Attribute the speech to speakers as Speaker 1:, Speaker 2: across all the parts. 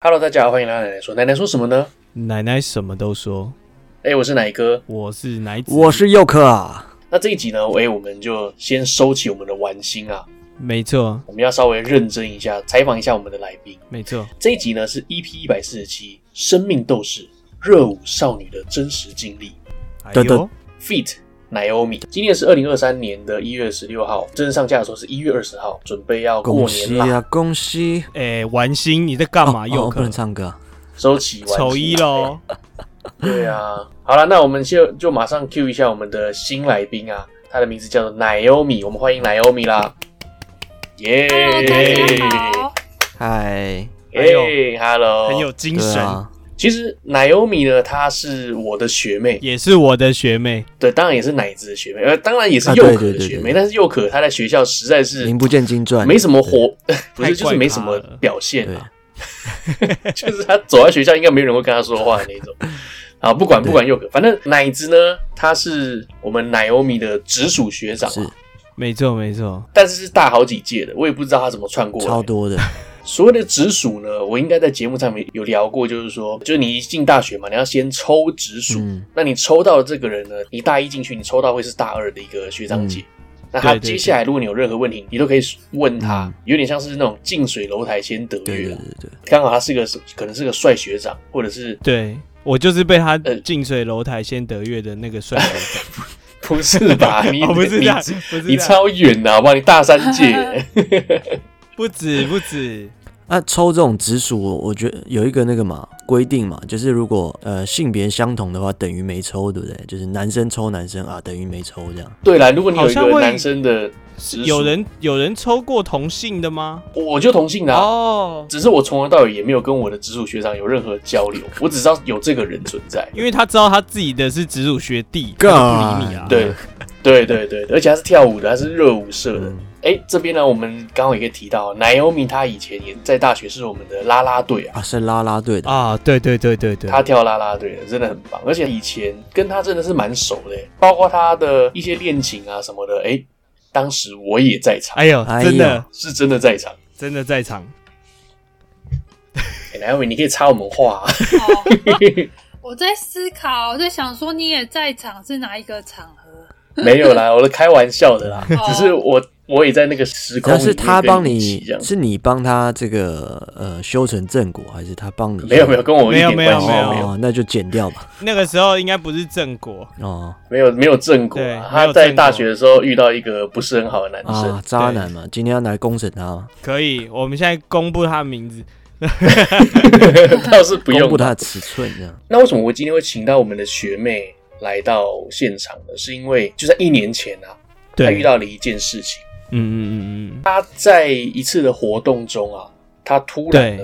Speaker 1: Hello，大家好，欢迎来到奶奶说。奶奶说什么呢？
Speaker 2: 奶奶什么都说，
Speaker 1: 哎、我是奶哥。
Speaker 2: 我是奶子，
Speaker 3: 我是佑克，
Speaker 1: 那这一集呢，哎、我们就先收起我们的玩心啊，
Speaker 2: 没错，
Speaker 1: 我们要稍微认真一下，采访一下我们的来宾。
Speaker 2: 没错，
Speaker 1: 这一集呢是 EP 一百四十七《生命斗士：热舞少女的真实经历
Speaker 2: 哎
Speaker 3: 等
Speaker 2: 呦
Speaker 3: 等，》
Speaker 1: Feat。Naomi，今天是二零二三年的一月十六号，正式上架的时候是一月二十号，准备要
Speaker 3: 恭
Speaker 1: 过年
Speaker 3: 喜
Speaker 1: 啦，
Speaker 3: 啊，恭喜！
Speaker 2: 哎，玩心，你在干嘛？
Speaker 3: 哦
Speaker 2: 又
Speaker 3: 哦不
Speaker 2: 可
Speaker 3: 能唱歌，
Speaker 1: 收起玩心啊
Speaker 2: 丑一喽，
Speaker 1: 对啊，好了，那我们就就马上 Q 一下我们的新来宾啊，他的名字叫做奶欧米，我们欢迎奶欧米啦！耶、
Speaker 4: Hello，大家好。
Speaker 3: 嗨，
Speaker 1: 哎
Speaker 2: 很有
Speaker 1: ，Hello，
Speaker 2: 很有精
Speaker 3: 对
Speaker 2: 神，
Speaker 3: 啊，
Speaker 1: 其实奶欧米呢，她是我的学妹，
Speaker 2: 也是我的学妹，
Speaker 1: 对，当然也是奶子的学妹，呃，当然也是
Speaker 3: 啊
Speaker 1: 佑
Speaker 3: 对
Speaker 1: 可
Speaker 3: 对
Speaker 1: 的
Speaker 3: 对
Speaker 1: 学妹，
Speaker 3: 对
Speaker 1: 但是佑可她在学校实在是
Speaker 3: 名不见经传，
Speaker 1: 没什么活， 不是
Speaker 2: 太
Speaker 1: 就是
Speaker 2: 怪
Speaker 1: 没
Speaker 2: 咖
Speaker 1: 什么
Speaker 2: 了
Speaker 1: 表现
Speaker 3: 对
Speaker 1: 啊， 就是他走在学校，应该没有人会跟他说话的那 种。啊，不管不管佑可，反正奶子呢，他是我们奶欧米的直属学长
Speaker 3: 是
Speaker 1: 嘛，
Speaker 2: 没错没错，
Speaker 1: 但是是大好几届的，我也不知道他怎么窜过来。
Speaker 3: 超多的，
Speaker 1: 所谓的直属呢，我应该在节目上面有聊过，就是说，就是你一进大学嘛，你要先抽直属，
Speaker 3: 嗯
Speaker 1: 那你抽到的这个人呢，你大一进去，你抽到会是大二的一个学长姐。
Speaker 3: 嗯
Speaker 1: 那他
Speaker 2: 对对
Speaker 1: 接下来，如果你有任何问题，你都可以问他，有点像是那种近水楼台先得
Speaker 3: 嗯对
Speaker 1: 月
Speaker 3: 对
Speaker 1: 啊。
Speaker 3: 对对，
Speaker 1: 刚好他是个可能是个帅学长，或者是
Speaker 2: 对我就是被他
Speaker 1: 呃
Speaker 2: 近水楼台先得月的那个帅 哥，
Speaker 1: 不是吧？你、
Speaker 2: 哦不是这
Speaker 1: 你
Speaker 2: 样，不是
Speaker 1: 你
Speaker 2: 这样，
Speaker 1: 超远的好不好？你大三 届，
Speaker 2: 不止不止，
Speaker 3: 啊，抽这种直属，我我觉得有一个那个嘛规定嘛，就是如果呃性别相同的话，等于没抽，对不对？就是男生抽男生啊，等于没抽这样。
Speaker 1: 对啦，如果你有一
Speaker 2: 好像
Speaker 1: 个
Speaker 2: 会
Speaker 1: 男生的直属，
Speaker 2: 有人有人抽过同性的吗？
Speaker 1: 我我就同性的、啊。
Speaker 2: 哦，
Speaker 1: 只是我从头到尾也没有跟我的直属学长有任何交 流，我只知道有这个人存在。
Speaker 2: 因为他知道他自己的是直属学弟，他就不理你啊，
Speaker 3: God
Speaker 1: 对，对对对，而且他是跳舞的，他是热舞社的
Speaker 3: 嗯。
Speaker 1: 哎、这边呢，我们刚好也可以提到，奶欧米她以前也在大学是我们的啦啦队啊，
Speaker 3: 啊，是拉拉队的，
Speaker 2: 啊，对对对对对，
Speaker 1: 她跳啦啦队的真的很棒，而且以前跟她真的是蛮熟的，欸包括她的一些恋情啊什么的，哎、当时我也在场，
Speaker 2: 哎呦，
Speaker 3: 哎
Speaker 2: 真的
Speaker 3: 呦
Speaker 1: 是真的在场。
Speaker 2: 真的在场，
Speaker 1: 哎奶欧米，你可以插我们话、啊，
Speaker 4: 好，我在思考，我在想说你也在场是哪一个场合？
Speaker 1: 没有啦，我是开玩笑的啦，
Speaker 4: 哦
Speaker 1: 只是我我也在那个时空里
Speaker 3: 但
Speaker 1: 面
Speaker 3: 是他帮
Speaker 1: 跟你一
Speaker 3: 你
Speaker 1: 起这样，
Speaker 3: 是你帮他这个呃修成正果，还是他帮你？
Speaker 1: 没有没有，跟我一点
Speaker 2: 没有
Speaker 1: 关系都
Speaker 2: 没
Speaker 1: 没有
Speaker 3: 哦，那就剪掉吧。
Speaker 2: 那个时候应该不是正果，
Speaker 3: 哦
Speaker 1: 没有没有正果、
Speaker 2: 对
Speaker 1: 啊，
Speaker 2: 没
Speaker 1: 他
Speaker 2: 有
Speaker 1: 在
Speaker 2: 正
Speaker 1: 大
Speaker 2: 果
Speaker 1: 学的时候遇到一个不是很好的男生，
Speaker 3: 啊，渣男嘛，今天要来公审他嘛，
Speaker 2: 可以，我们现在公布他的名字，
Speaker 1: 倒是不
Speaker 3: 公
Speaker 1: 用
Speaker 3: 布他的尺寸这样。
Speaker 1: 那为什么我今天会请到我们的学妹来到现场呢？是因为就在一年前啊，她遇，到了一件事情。
Speaker 2: 嗯嗯嗯嗯
Speaker 1: 她在一次的活动中啊，她突然呢，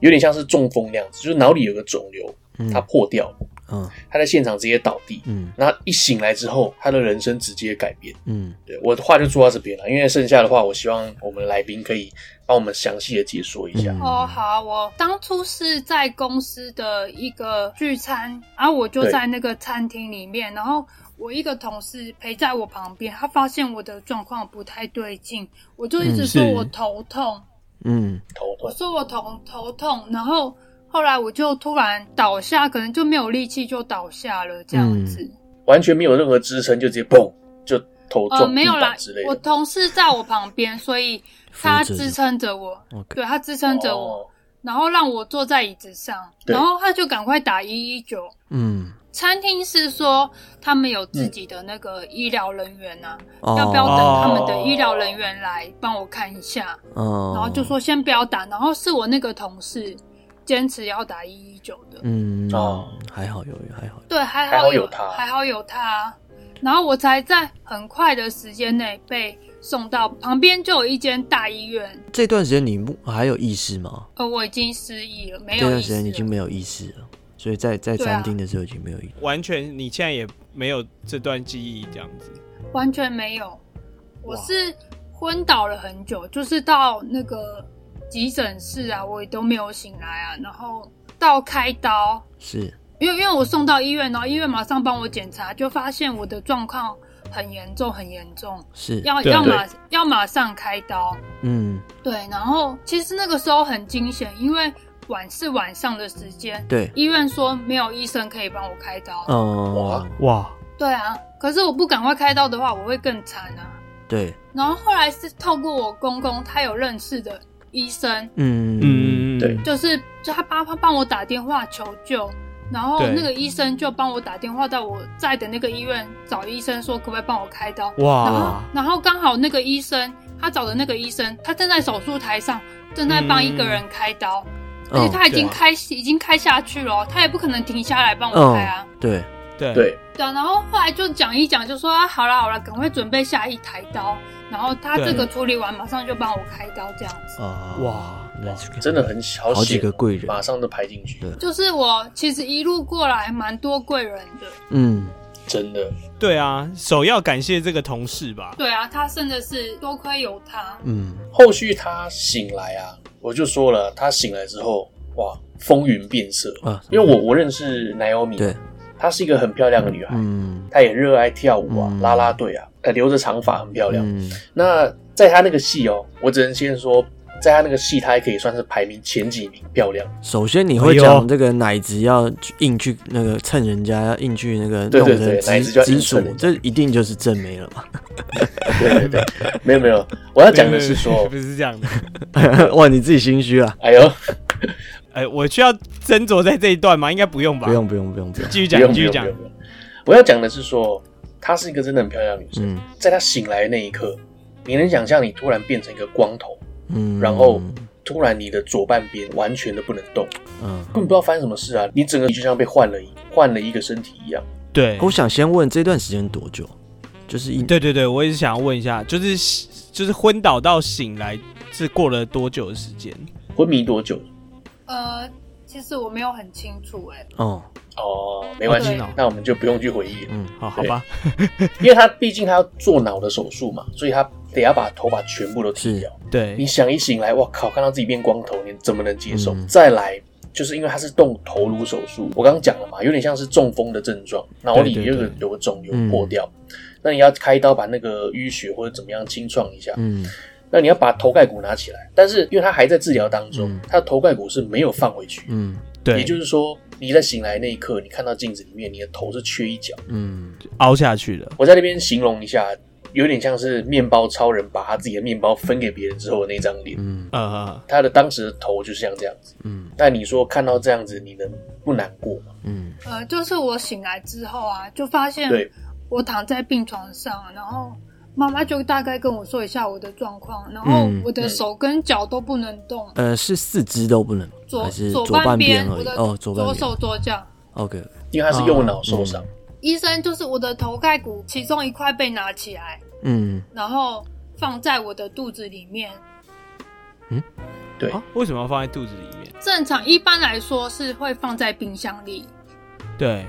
Speaker 1: 有点像是中风那样子，就是脑里有个肿瘤，
Speaker 3: 嗯
Speaker 1: 她破掉了，
Speaker 3: 嗯
Speaker 1: 她在现场直接倒地。
Speaker 3: 嗯
Speaker 1: 那一醒来之后，她的人生直接改变。
Speaker 3: 嗯，
Speaker 1: 对我的话就说到这边了，因为剩下的话，我希望我们来宾可以帮我们详细的解说一下。
Speaker 3: 嗯
Speaker 4: 哦，好啊，我当初是在公司的一个聚餐，然后我就
Speaker 1: 对
Speaker 4: 在那个餐厅里面，然后我一个同事陪在我旁边，他发现我的状况不太对劲，我就一直
Speaker 2: 嗯
Speaker 4: 说
Speaker 2: 是
Speaker 4: 我头痛，
Speaker 3: 嗯
Speaker 1: 头
Speaker 4: 我
Speaker 1: 痛，
Speaker 4: 说我头头痛，然后后来我就突然倒下，可能就没有力气就倒下了这样子。
Speaker 1: 完全没有任何支撑，就直接嘣就头嗯
Speaker 4: 呃，
Speaker 1: 撞
Speaker 4: 没
Speaker 1: 地
Speaker 4: 有啦
Speaker 1: 板之类，
Speaker 4: 我
Speaker 1: 的。
Speaker 4: 同事在我旁边，所以他
Speaker 3: 扶着
Speaker 4: 支撑着我，
Speaker 3: ，OK，
Speaker 4: 对他支撑着我，
Speaker 1: 哦，
Speaker 4: 然后让我坐在椅子上，
Speaker 1: 对
Speaker 4: 然后他就赶快打一一九。
Speaker 3: 嗯，
Speaker 4: 餐厅是说他们有自己的那个医疗人员呐、
Speaker 3: 哦
Speaker 4: 要不要等他们的
Speaker 1: 哦
Speaker 4: 医疗人员来帮我看一下？
Speaker 3: 哦，
Speaker 4: 然后就说先不要打，然后是我那个同事坚持要打一一九的，
Speaker 3: 嗯
Speaker 1: 哦
Speaker 3: 还好有还好有，
Speaker 4: 对，还
Speaker 1: 还好
Speaker 4: 好
Speaker 1: 有他
Speaker 4: 还好有他。然后我才在很快的时间内被送到旁边就有一间大医院。
Speaker 3: 这段时间你目还有意识吗？
Speaker 4: 呃，我已经失忆了，没
Speaker 3: 这
Speaker 4: 有
Speaker 3: 段
Speaker 4: 意
Speaker 3: 时
Speaker 4: 识
Speaker 3: 啊间已经
Speaker 4: 了
Speaker 3: 没有意识了，所以在在
Speaker 4: 对啊
Speaker 3: 餐厅的时候已经没有意识。
Speaker 2: 嗯，完全你现在也没有这段记忆这样子，
Speaker 4: 完全没有。我
Speaker 2: 哇
Speaker 4: 是昏倒了很久，就是到那个急诊室啊，我也都没有醒来啊。然后到开刀，
Speaker 3: 是，
Speaker 4: 因为因为我送到医院，然后医院马上帮我检查，就发现我的状况很严重，很严重，
Speaker 3: 是，
Speaker 4: 要
Speaker 2: 对
Speaker 4: 要马要马上开刀。
Speaker 3: 嗯
Speaker 4: 对，然后其实那个时候很惊险，因为晚是晚上的时间，
Speaker 3: 对，
Speaker 4: 医院说没有医生可以帮我开刀。
Speaker 1: 哇
Speaker 3: 嗯，
Speaker 2: 哇，
Speaker 4: 对啊，可是我不赶快开刀的话，我会更惨啊。
Speaker 3: 对，
Speaker 4: 然后后来是透过我公公，他有认识的医生，
Speaker 3: 嗯
Speaker 2: 嗯，
Speaker 1: 对
Speaker 4: 就是就他帮他帮我打电话求救，然后
Speaker 2: 对
Speaker 4: 那个医生就帮我打电话到我在的那个医院找医生说可不可以帮我开刀，然后
Speaker 2: 哇，
Speaker 4: 然后刚好那个医生他找的那个医生，他正在手术台上正在帮
Speaker 2: 嗯
Speaker 4: 一个人开刀，
Speaker 2: 哦
Speaker 4: 而且
Speaker 3: 嗯，
Speaker 4: 他已经
Speaker 2: 对啊
Speaker 4: 开、已经开下去了哦，他也不可能停下来帮
Speaker 2: 哦
Speaker 4: 我开啊。
Speaker 3: 对，
Speaker 2: 对
Speaker 1: 对，
Speaker 4: 对啊，然后后来就讲一讲，就说啊，好啦好啦，赶快准备下一台刀，然后他这个处理完，马上就帮我开刀，这样子。
Speaker 3: 啊，
Speaker 2: 哇
Speaker 3: 那
Speaker 2: 哇
Speaker 3: 是
Speaker 1: 真的很好
Speaker 3: 好几
Speaker 1: 险
Speaker 3: 个贵人，
Speaker 1: 马上就排进去，
Speaker 3: 对
Speaker 4: 就是我其实一路过来蛮多贵人的，
Speaker 3: 嗯，
Speaker 1: 真的
Speaker 2: 对啊，首要感谢这个同事吧。
Speaker 4: 对啊，他真的是多亏有他，
Speaker 3: 嗯，
Speaker 1: 后续他醒来啊，我就说了，他醒来之后，哇，风云变色。
Speaker 3: 啊，
Speaker 1: 因为我我认识 Naomi，
Speaker 3: 对，
Speaker 1: 她是一个很漂亮的女孩，
Speaker 3: 嗯
Speaker 1: 她也热爱跳舞啊，
Speaker 3: 嗯
Speaker 1: 啦啦队啊，呃，留着长发很漂亮。
Speaker 3: 嗯，
Speaker 1: 那在她那个戏哦，我只能先说，在她那个戏，她也可以算是排名前几名漂亮。
Speaker 3: 首先你会
Speaker 2: 哎呦
Speaker 3: 讲这个奶子要去硬去那个蹭人家，要硬去那个
Speaker 1: 对
Speaker 3: 弄
Speaker 1: 对
Speaker 3: 人
Speaker 1: 对奶子
Speaker 3: 直
Speaker 1: 就要硬
Speaker 3: 直属
Speaker 1: 蹭人，
Speaker 3: 这一定就是正妹了嘛。
Speaker 1: 对对对， 没有没有，我要讲的是
Speaker 2: 没有没有
Speaker 1: 说
Speaker 2: 不，是这样的。
Speaker 3: 哇，你自己心虚啊？
Speaker 1: 哎呦，
Speaker 2: 哎，我需要斟酌在这一段吗？应该不用吧。
Speaker 3: 不，用不用不用不用，
Speaker 2: 继续
Speaker 1: 不
Speaker 2: 讲，
Speaker 1: 用
Speaker 2: 继
Speaker 1: 不用不
Speaker 2: 续讲。
Speaker 1: 用，不用我要讲的是说，她是一个真的很漂亮的女生。
Speaker 3: 嗯
Speaker 1: 在她醒来的那一刻，你能想象你突然变成一个光头，
Speaker 3: 嗯，
Speaker 1: 然后突然你的左半边完全的不能动，
Speaker 3: 嗯，
Speaker 1: 根本不知道发生什么事啊！你整个就像被换了一换了一个身体一样。
Speaker 2: 对，
Speaker 3: 我想先问这段时间多久？就是一
Speaker 2: 对对对，我也是想要问一下，就是就是昏倒到醒来是过了多久的时间？
Speaker 1: 昏迷多久？
Speaker 4: 呃，其实我没有很清楚哎、
Speaker 3: 哦，
Speaker 1: 哦，没关系
Speaker 4: 哦
Speaker 2: 对，
Speaker 1: 那我们就不用去回忆了，
Speaker 3: 嗯
Speaker 2: 好好吧，
Speaker 1: 因为他毕竟他要做脑的手术嘛，所以他得要把头发全部都剃掉。你
Speaker 2: 对，
Speaker 1: 想一醒来，哇靠，看到自己变光头，你怎么能接受？
Speaker 3: 嗯
Speaker 1: 再来。就是因为他是动头颅手术，我刚刚讲了嘛，有点像是中风的症状，脑里
Speaker 2: 对
Speaker 1: 有
Speaker 2: 对
Speaker 1: 个
Speaker 2: 对
Speaker 1: 有个肿瘤
Speaker 3: 嗯
Speaker 1: 破掉，那你要开刀把那个淤血或者怎么样清创一下，
Speaker 3: 嗯
Speaker 1: 那你要把头盖骨拿起来，但是因为他还在治疗当中，
Speaker 3: 嗯
Speaker 1: 他的头盖骨是没有放回去，
Speaker 3: 嗯
Speaker 2: 对，
Speaker 1: 也就是说你在醒来那一刻，你看到镜子里面你的头是缺一角。
Speaker 3: 嗯，
Speaker 2: 凹下去了。
Speaker 1: 我在那边形容一下，有点像是面包超人把他自己的面包分给别人之后的那张脸，
Speaker 3: 嗯
Speaker 2: 呃，
Speaker 1: 他的当时的头就是像这样子。
Speaker 3: 嗯
Speaker 1: 但你说看到这样子，你能不难过吗？
Speaker 3: 嗯
Speaker 4: 呃，就是我醒来之后啊，就发现
Speaker 1: 对
Speaker 4: 我躺在病床上，啊然后妈妈就大概跟我说一下我的状况，然后
Speaker 3: 嗯
Speaker 4: 我的手跟脚都不能动，
Speaker 3: 呃，是四肢都不能，
Speaker 4: 左
Speaker 3: 还是
Speaker 4: 左
Speaker 3: 半
Speaker 4: 边
Speaker 3: 而
Speaker 4: 我
Speaker 3: 已？
Speaker 4: 的
Speaker 3: 哦，左半边
Speaker 4: 手左脚。
Speaker 3: ，OK，
Speaker 1: 因为他是右脑受伤，
Speaker 4: 医生就是我的头盖骨其中一块被拿起来，
Speaker 3: 嗯，
Speaker 4: 然后放在我的肚子里面。
Speaker 1: 对
Speaker 2: 啊，为什么要放在肚子里面？
Speaker 4: 正常一般来说是会放在冰箱里，
Speaker 2: 对，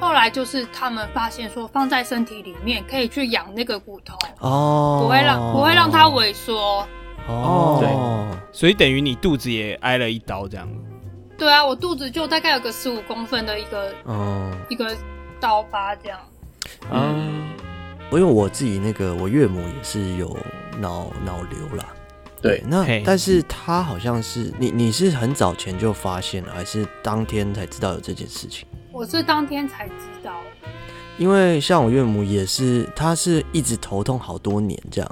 Speaker 4: 后来就是他们发现说放在身体里面可以去养那个骨头，
Speaker 3: 哦，
Speaker 4: 不会让不会让它萎缩。
Speaker 3: 哦，
Speaker 2: 所以等于你肚子也挨了一刀这样。
Speaker 4: 对啊，我肚子就大概有个十五公分的一个
Speaker 3: 哦，
Speaker 4: 一个刀疤这样。
Speaker 2: 嗯，
Speaker 3: 因为我自己那个我岳母也是有脑脑瘤啦。
Speaker 1: 对
Speaker 3: 那
Speaker 2: 嘿
Speaker 3: 但是她好像是你你是很早前就发现了，还是当天才知道有这件事情？
Speaker 4: 我是当天才知道，
Speaker 3: 因为像我岳母也是，她是一直头痛好多年这样，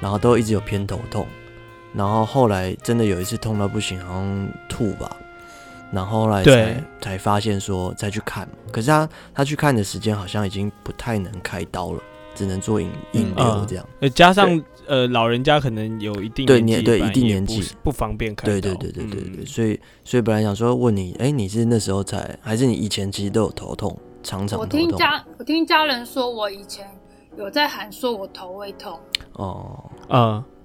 Speaker 3: 然后都一直有偏头痛，然后后来真的有一次痛到不行，好像吐吧，然后后来才
Speaker 2: 对
Speaker 3: 才发现说再去看，可是她她去看的时间好像已经不太能开刀了，只能做引引流
Speaker 2: 嗯
Speaker 3: 这样。
Speaker 2: 呃，加上呃，老人家可能有一定
Speaker 3: 对
Speaker 2: 年纪
Speaker 3: 年对
Speaker 2: 本来
Speaker 3: 一定
Speaker 2: 也
Speaker 3: 年
Speaker 2: 不
Speaker 3: 纪
Speaker 2: 是不方便开刀。
Speaker 3: 对对对对对对，
Speaker 2: 嗯
Speaker 3: 所以所以本来想说问你，哎，你是那时候才，还是你以前其实都有头痛，常常
Speaker 4: 我
Speaker 3: 头
Speaker 4: 听
Speaker 3: 痛？
Speaker 4: 家我听家人说，我以前有在喊说我头会痛
Speaker 3: 哦，
Speaker 2: 嗯，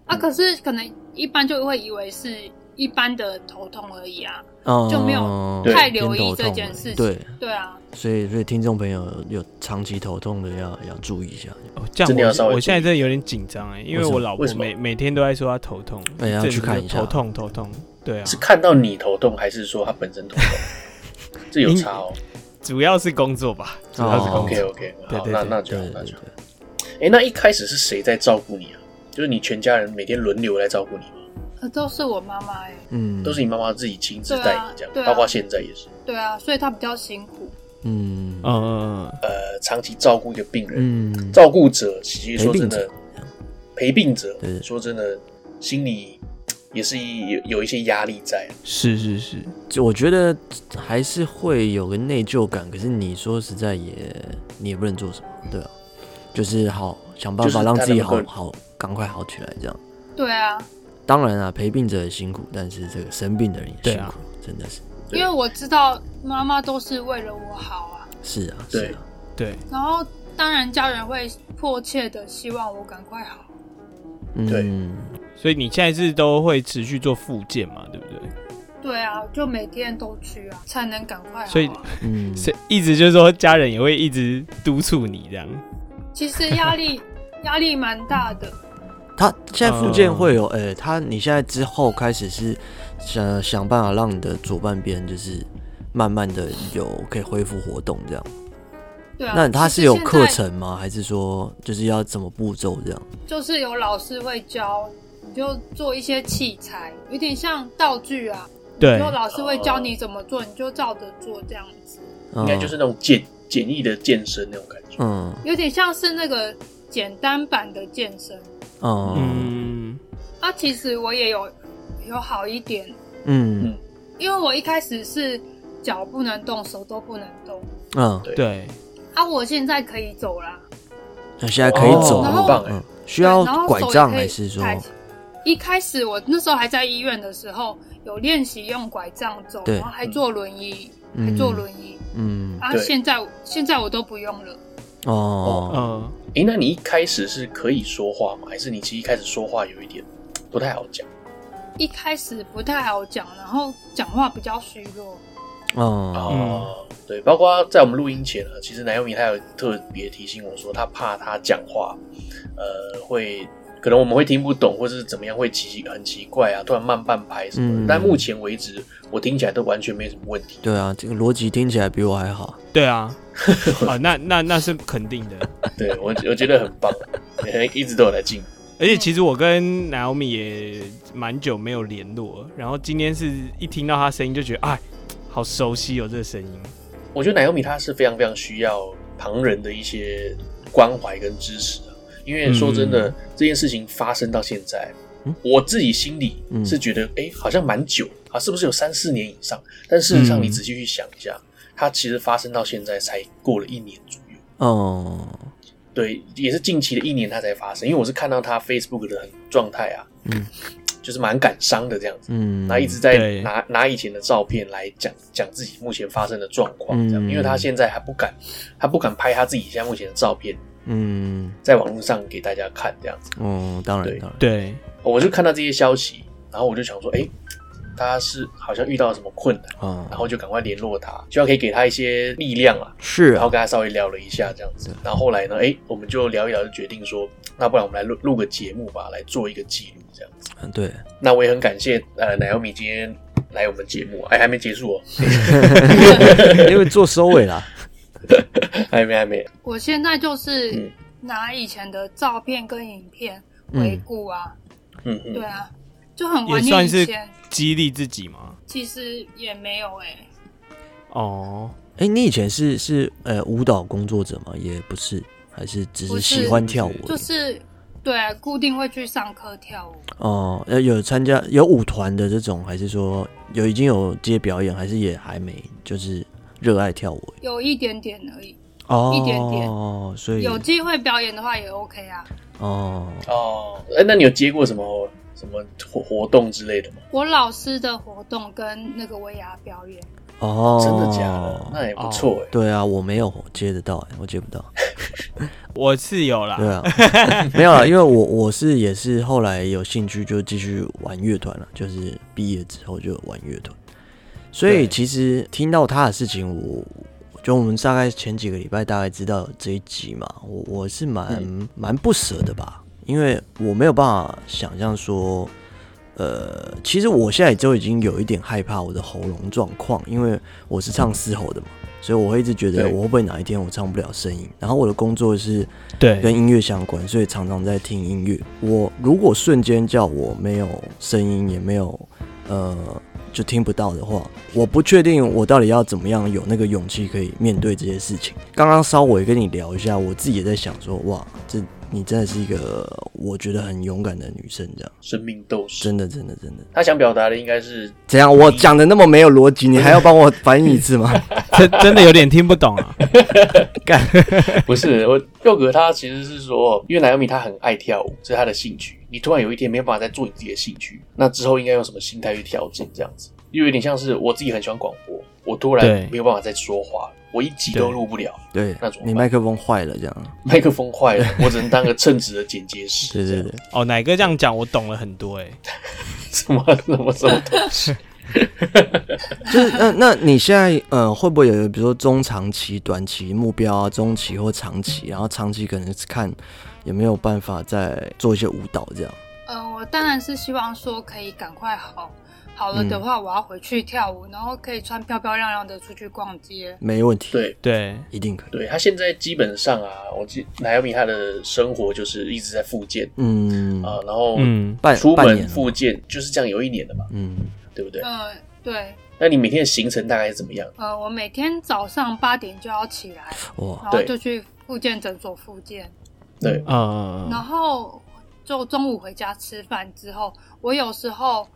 Speaker 4: 啊，可是可能一般就会以为是一般的头痛而已啊，
Speaker 3: 哦
Speaker 4: 就没有
Speaker 1: 对
Speaker 4: 太留
Speaker 3: 偏
Speaker 4: 意
Speaker 3: 头
Speaker 4: 这
Speaker 3: 痛
Speaker 4: 件
Speaker 3: 而已
Speaker 4: 事情。
Speaker 3: 对，
Speaker 4: 对啊，
Speaker 3: 所以所以听众朋友有长期头痛的要要注意一下。
Speaker 2: 哦这
Speaker 1: 真的要
Speaker 2: 样
Speaker 1: 稍微
Speaker 2: 我我现在
Speaker 1: 注意
Speaker 2: 真的有点紧张哎，因
Speaker 3: 为
Speaker 2: 为
Speaker 3: 什么
Speaker 2: 我老
Speaker 1: 为
Speaker 2: 婆
Speaker 1: 什么
Speaker 2: 每每天都在说她头痛，
Speaker 3: 哎呀
Speaker 2: 一阵子
Speaker 3: 去看
Speaker 2: 就
Speaker 3: 一下
Speaker 2: 头痛头痛。对啊，
Speaker 1: 是看到你头痛，还是说他本身头痛？这有差哦。
Speaker 2: 主要是工作吧，主要是
Speaker 3: 哦
Speaker 2: 工
Speaker 1: OK
Speaker 2: 作。
Speaker 1: OK，
Speaker 2: 对
Speaker 1: 好，
Speaker 2: 对
Speaker 1: 那
Speaker 2: 对
Speaker 1: 那就
Speaker 3: 对
Speaker 1: 好
Speaker 3: 对
Speaker 1: 那
Speaker 3: 对
Speaker 1: 就好。
Speaker 3: 对，
Speaker 1: 哎、那一开始是谁在照顾你啊？就是你全家人每天轮流来照顾你吗？
Speaker 4: 呃都是我妈妈哎，
Speaker 3: 嗯，
Speaker 1: 都是你妈妈自己亲自带你这样，
Speaker 4: 对啊对啊
Speaker 1: 包括现在也是，
Speaker 4: 对啊，所以她比较辛苦。
Speaker 3: 嗯
Speaker 2: 嗯嗯嗯，
Speaker 1: 呃，长期照顾一个病人，
Speaker 3: 嗯，
Speaker 1: 照顾者其实说真的，陪病者
Speaker 3: 对
Speaker 1: 说真的，心里也是有有一些压力在。啊
Speaker 2: 是是是，
Speaker 3: 就我觉得还是会有个内疚感，可是你说实在也你也不能做什么，对啊，就是好想办
Speaker 1: 就
Speaker 3: 法
Speaker 1: 是
Speaker 3: 让自己
Speaker 1: 他
Speaker 3: 好
Speaker 1: 能够
Speaker 3: 好赶快好起来这样。
Speaker 4: 对啊，
Speaker 3: 当然啊，陪病者也辛苦，但是这个生病的人也
Speaker 2: 对
Speaker 3: 辛
Speaker 2: 啊
Speaker 3: 苦，真的是
Speaker 1: 对
Speaker 4: 因为我知道妈妈都是为了我好啊，
Speaker 3: 是啊，是
Speaker 1: 对
Speaker 3: 啊，
Speaker 2: 对，
Speaker 4: 然后当然家人会迫切的希望我赶快好。
Speaker 1: 对
Speaker 3: 嗯，
Speaker 2: 所以你现在是都会持续做复健嘛，对不对？
Speaker 4: 对啊，就每天都去啊，才能赶快好啊、
Speaker 2: 所以
Speaker 3: 嗯，
Speaker 2: 所以一直就是说家人也会一直督促你这样，
Speaker 4: 其实压力压力蛮大的，
Speaker 3: 他现在附件会有，呃、他你现在之后开始是想想办法让你的左半边就是慢慢的有可以恢复活动这样。
Speaker 4: 对啊。
Speaker 3: 那他
Speaker 4: 其
Speaker 3: 是
Speaker 4: 实
Speaker 3: 有
Speaker 4: 现在
Speaker 3: 课程吗？还是说就是要怎么步骤这样？
Speaker 4: 就是有老师会教，你就做一些器材，有点像道具啊。
Speaker 2: 对
Speaker 4: 就老师会教你怎么做，你就照着做这样子，
Speaker 3: 应
Speaker 1: 应该就是那种简简易的健身那种感觉。
Speaker 3: 嗯
Speaker 4: 有点像是那个简单版的健身。
Speaker 3: 嗯
Speaker 2: 嗯，
Speaker 4: 啊，其实我也有有好一点，
Speaker 3: 嗯
Speaker 4: 因为我一开始是脚不能动，手都不能动，
Speaker 3: 嗯，
Speaker 2: 对，
Speaker 4: 啊，我现在可以走啦，
Speaker 3: 那现在可以走
Speaker 4: 哦然
Speaker 3: 了
Speaker 4: 后，
Speaker 1: 棒哎
Speaker 3: 嗯，需要
Speaker 4: 对然后
Speaker 3: 拐
Speaker 4: 手也
Speaker 3: 杖
Speaker 4: 可以
Speaker 3: 还是说？
Speaker 4: 抬起一开始我那时候还在医院的时候，有练习用拐杖走，
Speaker 3: 对
Speaker 4: 然后还坐轮椅，
Speaker 3: 嗯
Speaker 4: 还坐轮椅。
Speaker 3: 嗯
Speaker 4: 啊，
Speaker 1: 对
Speaker 4: 现在现在我都不用了，
Speaker 3: 哦，
Speaker 2: 嗯，
Speaker 1: 诶，那你一开始是可以说话吗？还是你其实一开始说话有一点不太好讲？
Speaker 4: 一开始不太好讲，然后讲话比较虚弱。
Speaker 3: 哦，
Speaker 1: 哦，对，包括在我们录音前呢，其实南优米他有特别提醒我说，他怕他讲话，呃，会可能我们会听不懂，或是怎么样，会奇很奇怪啊，突然慢半拍什么的。
Speaker 3: 嗯
Speaker 1: 但目前为止，我听起来都完全没什么问题。
Speaker 3: 对啊，这个逻辑听起来比我还好。
Speaker 2: 对 啊，啊，那那那是肯定的。
Speaker 1: 对我，我觉得很棒， 一直都有在进步。
Speaker 2: 而且其实我跟 Naomi 也蛮久没有联络了，然后今天是一听到她声音就觉得，哎，好熟悉哦，这个声音。
Speaker 1: 我觉得奶油米他是非常非常需要旁人的一些关怀跟支持啊，因为说真的，这件事情发生到现在，
Speaker 3: 嗯
Speaker 1: 我自己心里
Speaker 3: 嗯
Speaker 1: 是觉得，哎、好像蛮久啊，是不是有三四年以上？但事实上，
Speaker 2: 嗯
Speaker 1: 你仔细去想一下，它其实发生到现在才过了一年左右，
Speaker 3: 哦，
Speaker 1: 对，也是近期的一年它才发生，因为我是看到他 Facebook 的状态啊，
Speaker 3: 嗯
Speaker 1: 就是蛮感伤的这样子。
Speaker 3: 嗯，
Speaker 1: 他一直在
Speaker 2: 对
Speaker 1: 拿拿以前的照片来讲讲自己目前发生的状况，这样，
Speaker 3: 嗯
Speaker 1: 因为他现在还不敢，他不敢拍他自己现在目前的照片
Speaker 3: 嗯，
Speaker 1: 在网络上给大家看这样子。
Speaker 3: 哦，当然
Speaker 1: 对
Speaker 3: 当然，
Speaker 2: 对，
Speaker 1: 我就看到这些消息，然后我就想说，哎、他是好像遇到了什么困难，
Speaker 3: 啊
Speaker 1: 然后就赶快联络他，希望可以给他一些力量啊。
Speaker 3: 是
Speaker 1: 然后
Speaker 3: 啊，
Speaker 1: 跟他稍微聊了一下这样子，然后后来呢，哎、我们就聊一聊，就决定说，那不然我们来录录个节目吧，来做一个记录这样子。
Speaker 3: 嗯对，
Speaker 1: 那我也很感谢呃奶油米今天来我们节目啊，哎、还没结束哦，
Speaker 3: 因为做收尾啦，
Speaker 1: 还没还没，
Speaker 4: 我现在就
Speaker 1: 嗯
Speaker 4: 是拿以前的照片跟影片回顾啊，
Speaker 1: 嗯嗯，
Speaker 4: 对啊，就很
Speaker 2: 也
Speaker 4: 怀念
Speaker 2: 算
Speaker 4: 以
Speaker 2: 是
Speaker 4: 前。
Speaker 2: 激励自己嘛。
Speaker 4: 其实也没有哎、
Speaker 2: 哦，
Speaker 3: 哎，你以前是是呃舞蹈工作者吗？也不是，还是只
Speaker 4: 不
Speaker 3: 是
Speaker 4: 是
Speaker 3: 喜欢跳舞而已？
Speaker 4: 就是对、啊固定会去上课跳舞。
Speaker 3: 哦，呃，有参加有舞团的这种，还是说有已经有接表演，还是也还没，就是热爱跳舞
Speaker 4: 有一点点而已，
Speaker 3: 哦，
Speaker 4: 一点点
Speaker 3: 哦，所以
Speaker 4: 有机会表演的话也 OK 啊。
Speaker 3: 哦，
Speaker 1: 哦，哎、那你有接过什么什么活活动之类的吗？
Speaker 4: 我老师的活动跟那个维亚表演，
Speaker 3: 哦，
Speaker 1: 真的假的？那也不错哎、
Speaker 3: 对啊，我没有接得到、哎，我接不到。
Speaker 2: 我是有啦
Speaker 3: 对，啊， 没有了，因为我我是也是后来有兴趣就继续玩乐团了，就是毕业之后就玩乐团。所以
Speaker 2: 对
Speaker 3: 其实听到他的事情，我就我们大概前几个礼拜大概知道这一集嘛，我我是蛮蛮、不舍的吧，因为我没有办法想象说，呃，其实我现在就已经有一点害怕我的喉咙状况，因为我是唱嘶吼的嘛，所以我会一直觉得
Speaker 1: 对
Speaker 3: 我会不会哪一天我唱不了声音。然后我的工作是跟
Speaker 1: 哎
Speaker 2: 对，
Speaker 3: 音乐相关，所以常常在听音乐。我如果瞬间叫我没有声音，也没有呃就听不到的话，我不确定我到底要怎么样有那个勇气可以面对这些事情。刚刚稍微跟你聊一下，我自己也在想说，哇，这你真的是一个我觉得很勇敢的女生，这样
Speaker 1: 生命斗士。
Speaker 3: 真的真的真的。
Speaker 1: 他想表达的应该 是
Speaker 3: 怎样？我讲的那么没有逻辑，你还要帮我反应一次吗？
Speaker 2: 真真的有点听不懂啊。
Speaker 1: 不是我佑哥他其实是说，因为莱欧米他很爱跳舞，这是他的兴趣。你突然有一天没办法再做你自己的兴趣，那之后应该用什么心态去调整？这样子，又有点像是我自己很喜欢广播，我突然
Speaker 2: 对
Speaker 1: 没有办法再说话了，我一集都
Speaker 2: 对
Speaker 1: 录不了，
Speaker 3: 对
Speaker 1: 那怎么办
Speaker 3: 你麦克风坏了，这样。
Speaker 1: 麦克风坏了，我只能当个称职的剪接师。
Speaker 3: 对
Speaker 1: 这
Speaker 3: 对
Speaker 1: 样
Speaker 3: 对，
Speaker 2: 哦，奶哥这样讲，我懂了很多哎、
Speaker 1: 什么 什么什么东西？
Speaker 3: 就是那那你现在呃会不会有比如说中长期、短期目标啊，中期或长期，然后长期可能是看有没有办法再做一些舞蹈这样。
Speaker 4: 呃，我当然是希望说可以赶快好，好了的
Speaker 3: 嗯
Speaker 4: 话，我要回去跳舞，然后可以穿漂漂亮亮的出去逛街。
Speaker 3: 没问题，，
Speaker 1: 对
Speaker 2: 对，
Speaker 3: 一定可以。
Speaker 1: 对，他现在基本上啊，我记莱欧米他的生活就是一直在复健
Speaker 3: 嗯，
Speaker 1: 啊、然后
Speaker 2: 嗯
Speaker 3: 半
Speaker 1: 出
Speaker 3: 半年
Speaker 1: 门
Speaker 3: 了
Speaker 1: 复健就是这样，有一年的嘛，
Speaker 3: 嗯，
Speaker 1: 对不对？
Speaker 4: 呃，对，
Speaker 1: 那你每天的行程大概是怎么样？
Speaker 4: 呃，我每天早上八点就要起来，
Speaker 3: 哇，
Speaker 4: 然后
Speaker 1: 对
Speaker 4: 就去复健诊所复健，
Speaker 1: 对，
Speaker 4: 然
Speaker 2: 呃，
Speaker 4: 后就中午回家吃饭之后，我有时候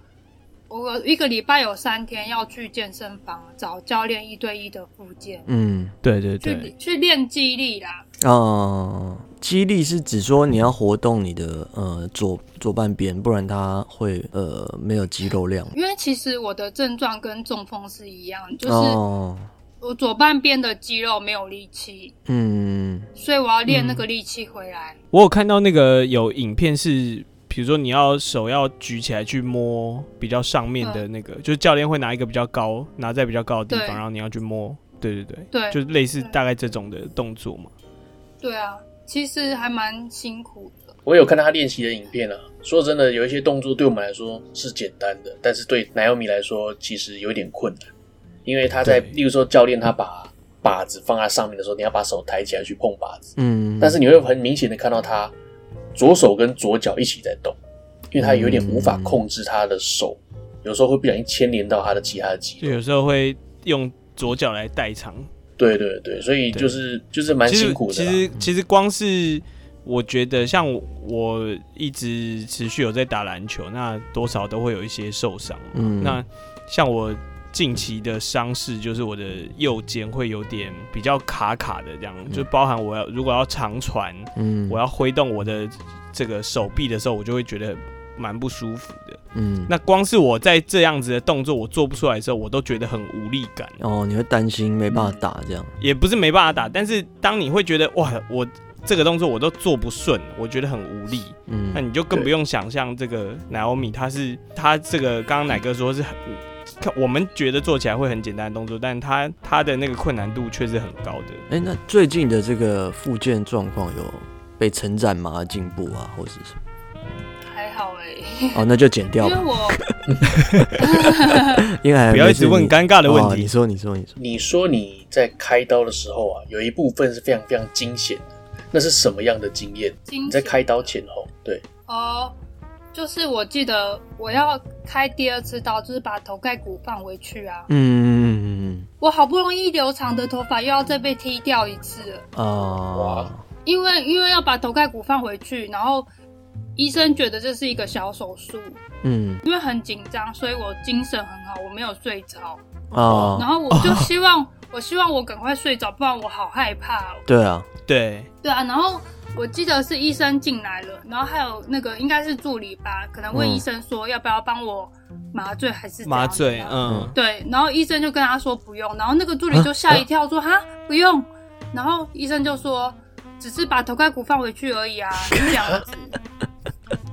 Speaker 4: 我有一个礼拜有三天要去健身房找教练一对一的复健，
Speaker 3: 嗯
Speaker 2: 对对对
Speaker 4: 去，去练肌力啦。
Speaker 3: 啊、呃肌力是指说你要活动你的呃左左半边，不然它会呃没有肌肉量。
Speaker 4: 因为其实我的症状跟中风是一样，就是
Speaker 3: 哦，
Speaker 4: 我左半边的肌肉没有力气，
Speaker 3: 嗯，
Speaker 4: 所以我要练那
Speaker 1: 嗯
Speaker 4: 个力气回来。
Speaker 2: 我有看到那个有影片是，比如说你要手要举起来去摸比较上面的那个，就是教练会拿一个比较高，拿在比较高的地
Speaker 4: 嗯对
Speaker 2: 方，然后你要去摸。对对对，
Speaker 4: 对
Speaker 2: 就类似
Speaker 4: 对
Speaker 2: 大概这种的动作嘛。
Speaker 4: 对啊，其实还蛮辛苦的。
Speaker 1: 我有看到他练习的影片啊。说真的，有一些动作对我们来说是简单的，但是对莱欧米来说其实有点困难，因为他在，
Speaker 2: 对
Speaker 1: 例如说教练他把把子放在上面的时候，你要把手抬起来去碰把子，
Speaker 3: 嗯，
Speaker 1: 但是你会很明显的看到他左手跟左脚一起在动，因为他有点无法控制他的手，有时候会不小心牵连到他的其他的肌
Speaker 2: 就
Speaker 1: 肉。
Speaker 2: 有时候会用左脚来代偿。
Speaker 1: 对对对，所以就是就是蛮
Speaker 2: 其实
Speaker 1: 辛苦的
Speaker 2: 其
Speaker 1: 啦。嗯
Speaker 2: 实其实光是我觉得，像我我一直持续有在打篮球，那多少都会有一些受伤。
Speaker 3: 嗯
Speaker 2: 那像我近期的伤势，就是我的右肩会有点比较卡卡的，这样、就包含我要如果要长传，
Speaker 3: 嗯
Speaker 2: 我要挥动我的这个手臂的时候，我就会觉得蛮不舒服的。
Speaker 3: 嗯
Speaker 2: 那光是我在这样子的动作我做不出来的时候，我都觉得很无力感。
Speaker 3: 哦，你会担心没办法打这样。
Speaker 2: 也不是没办法打，但是当你会觉得哇，我这个动作我都做不顺，我觉得很无力，
Speaker 3: 嗯，
Speaker 2: 那你就更
Speaker 1: 对
Speaker 2: 不用想象这个奶欧米，他是他这个刚刚奶哥说是很。看我们觉得做起来会很简单的动作，但他他的那个困难度确实很高的。
Speaker 3: 哎、那最近的这个复健状况有被称赞吗？进步啊，或者是什么？
Speaker 4: 还好哎、
Speaker 3: 哦，那就剪
Speaker 4: 因
Speaker 3: 掉
Speaker 4: 为
Speaker 3: 吧，
Speaker 4: 我
Speaker 3: 因为还
Speaker 2: 不要一直
Speaker 3: 没事
Speaker 2: 问
Speaker 3: 你
Speaker 2: 尴尬的问
Speaker 3: 哦
Speaker 2: 题
Speaker 3: 你说，你说，你说，
Speaker 1: 你说你在开刀的时候啊，有一部分是非常非常惊险的，那是什么样的经验？
Speaker 4: 今
Speaker 1: 你在开刀前后，对，
Speaker 4: 哦，就是我记得我要开第二次刀，就是把头盖骨放回去啊。
Speaker 3: 嗯嗯
Speaker 4: 我好不容易留长的头发又要再被剃掉一次了，
Speaker 3: 嗯啊
Speaker 1: 哇，
Speaker 4: 因为因为要把头盖骨放回去，然后医生觉得这是一个小手术，
Speaker 3: 嗯
Speaker 4: 因为很紧张，所以我精神很好，我没有睡着。然
Speaker 2: 哦
Speaker 3: 啊，
Speaker 4: 后我就希望，我希望我赶快睡着，不然我好害怕、哦。
Speaker 3: 对啊，
Speaker 2: 对，
Speaker 4: 对啊，然后我记得是医生进来了，然后还有那个应该是助理吧，可能问
Speaker 3: 嗯
Speaker 4: 医生说要不要帮我麻醉还是怎样啊
Speaker 2: 麻醉，
Speaker 4: 怎样
Speaker 2: 嗯，
Speaker 4: 对，然后医生就跟他说不用，然后那个助理就吓一跳说哈不用，然后医生就说只是把头盖骨放回去而已啊，这样子。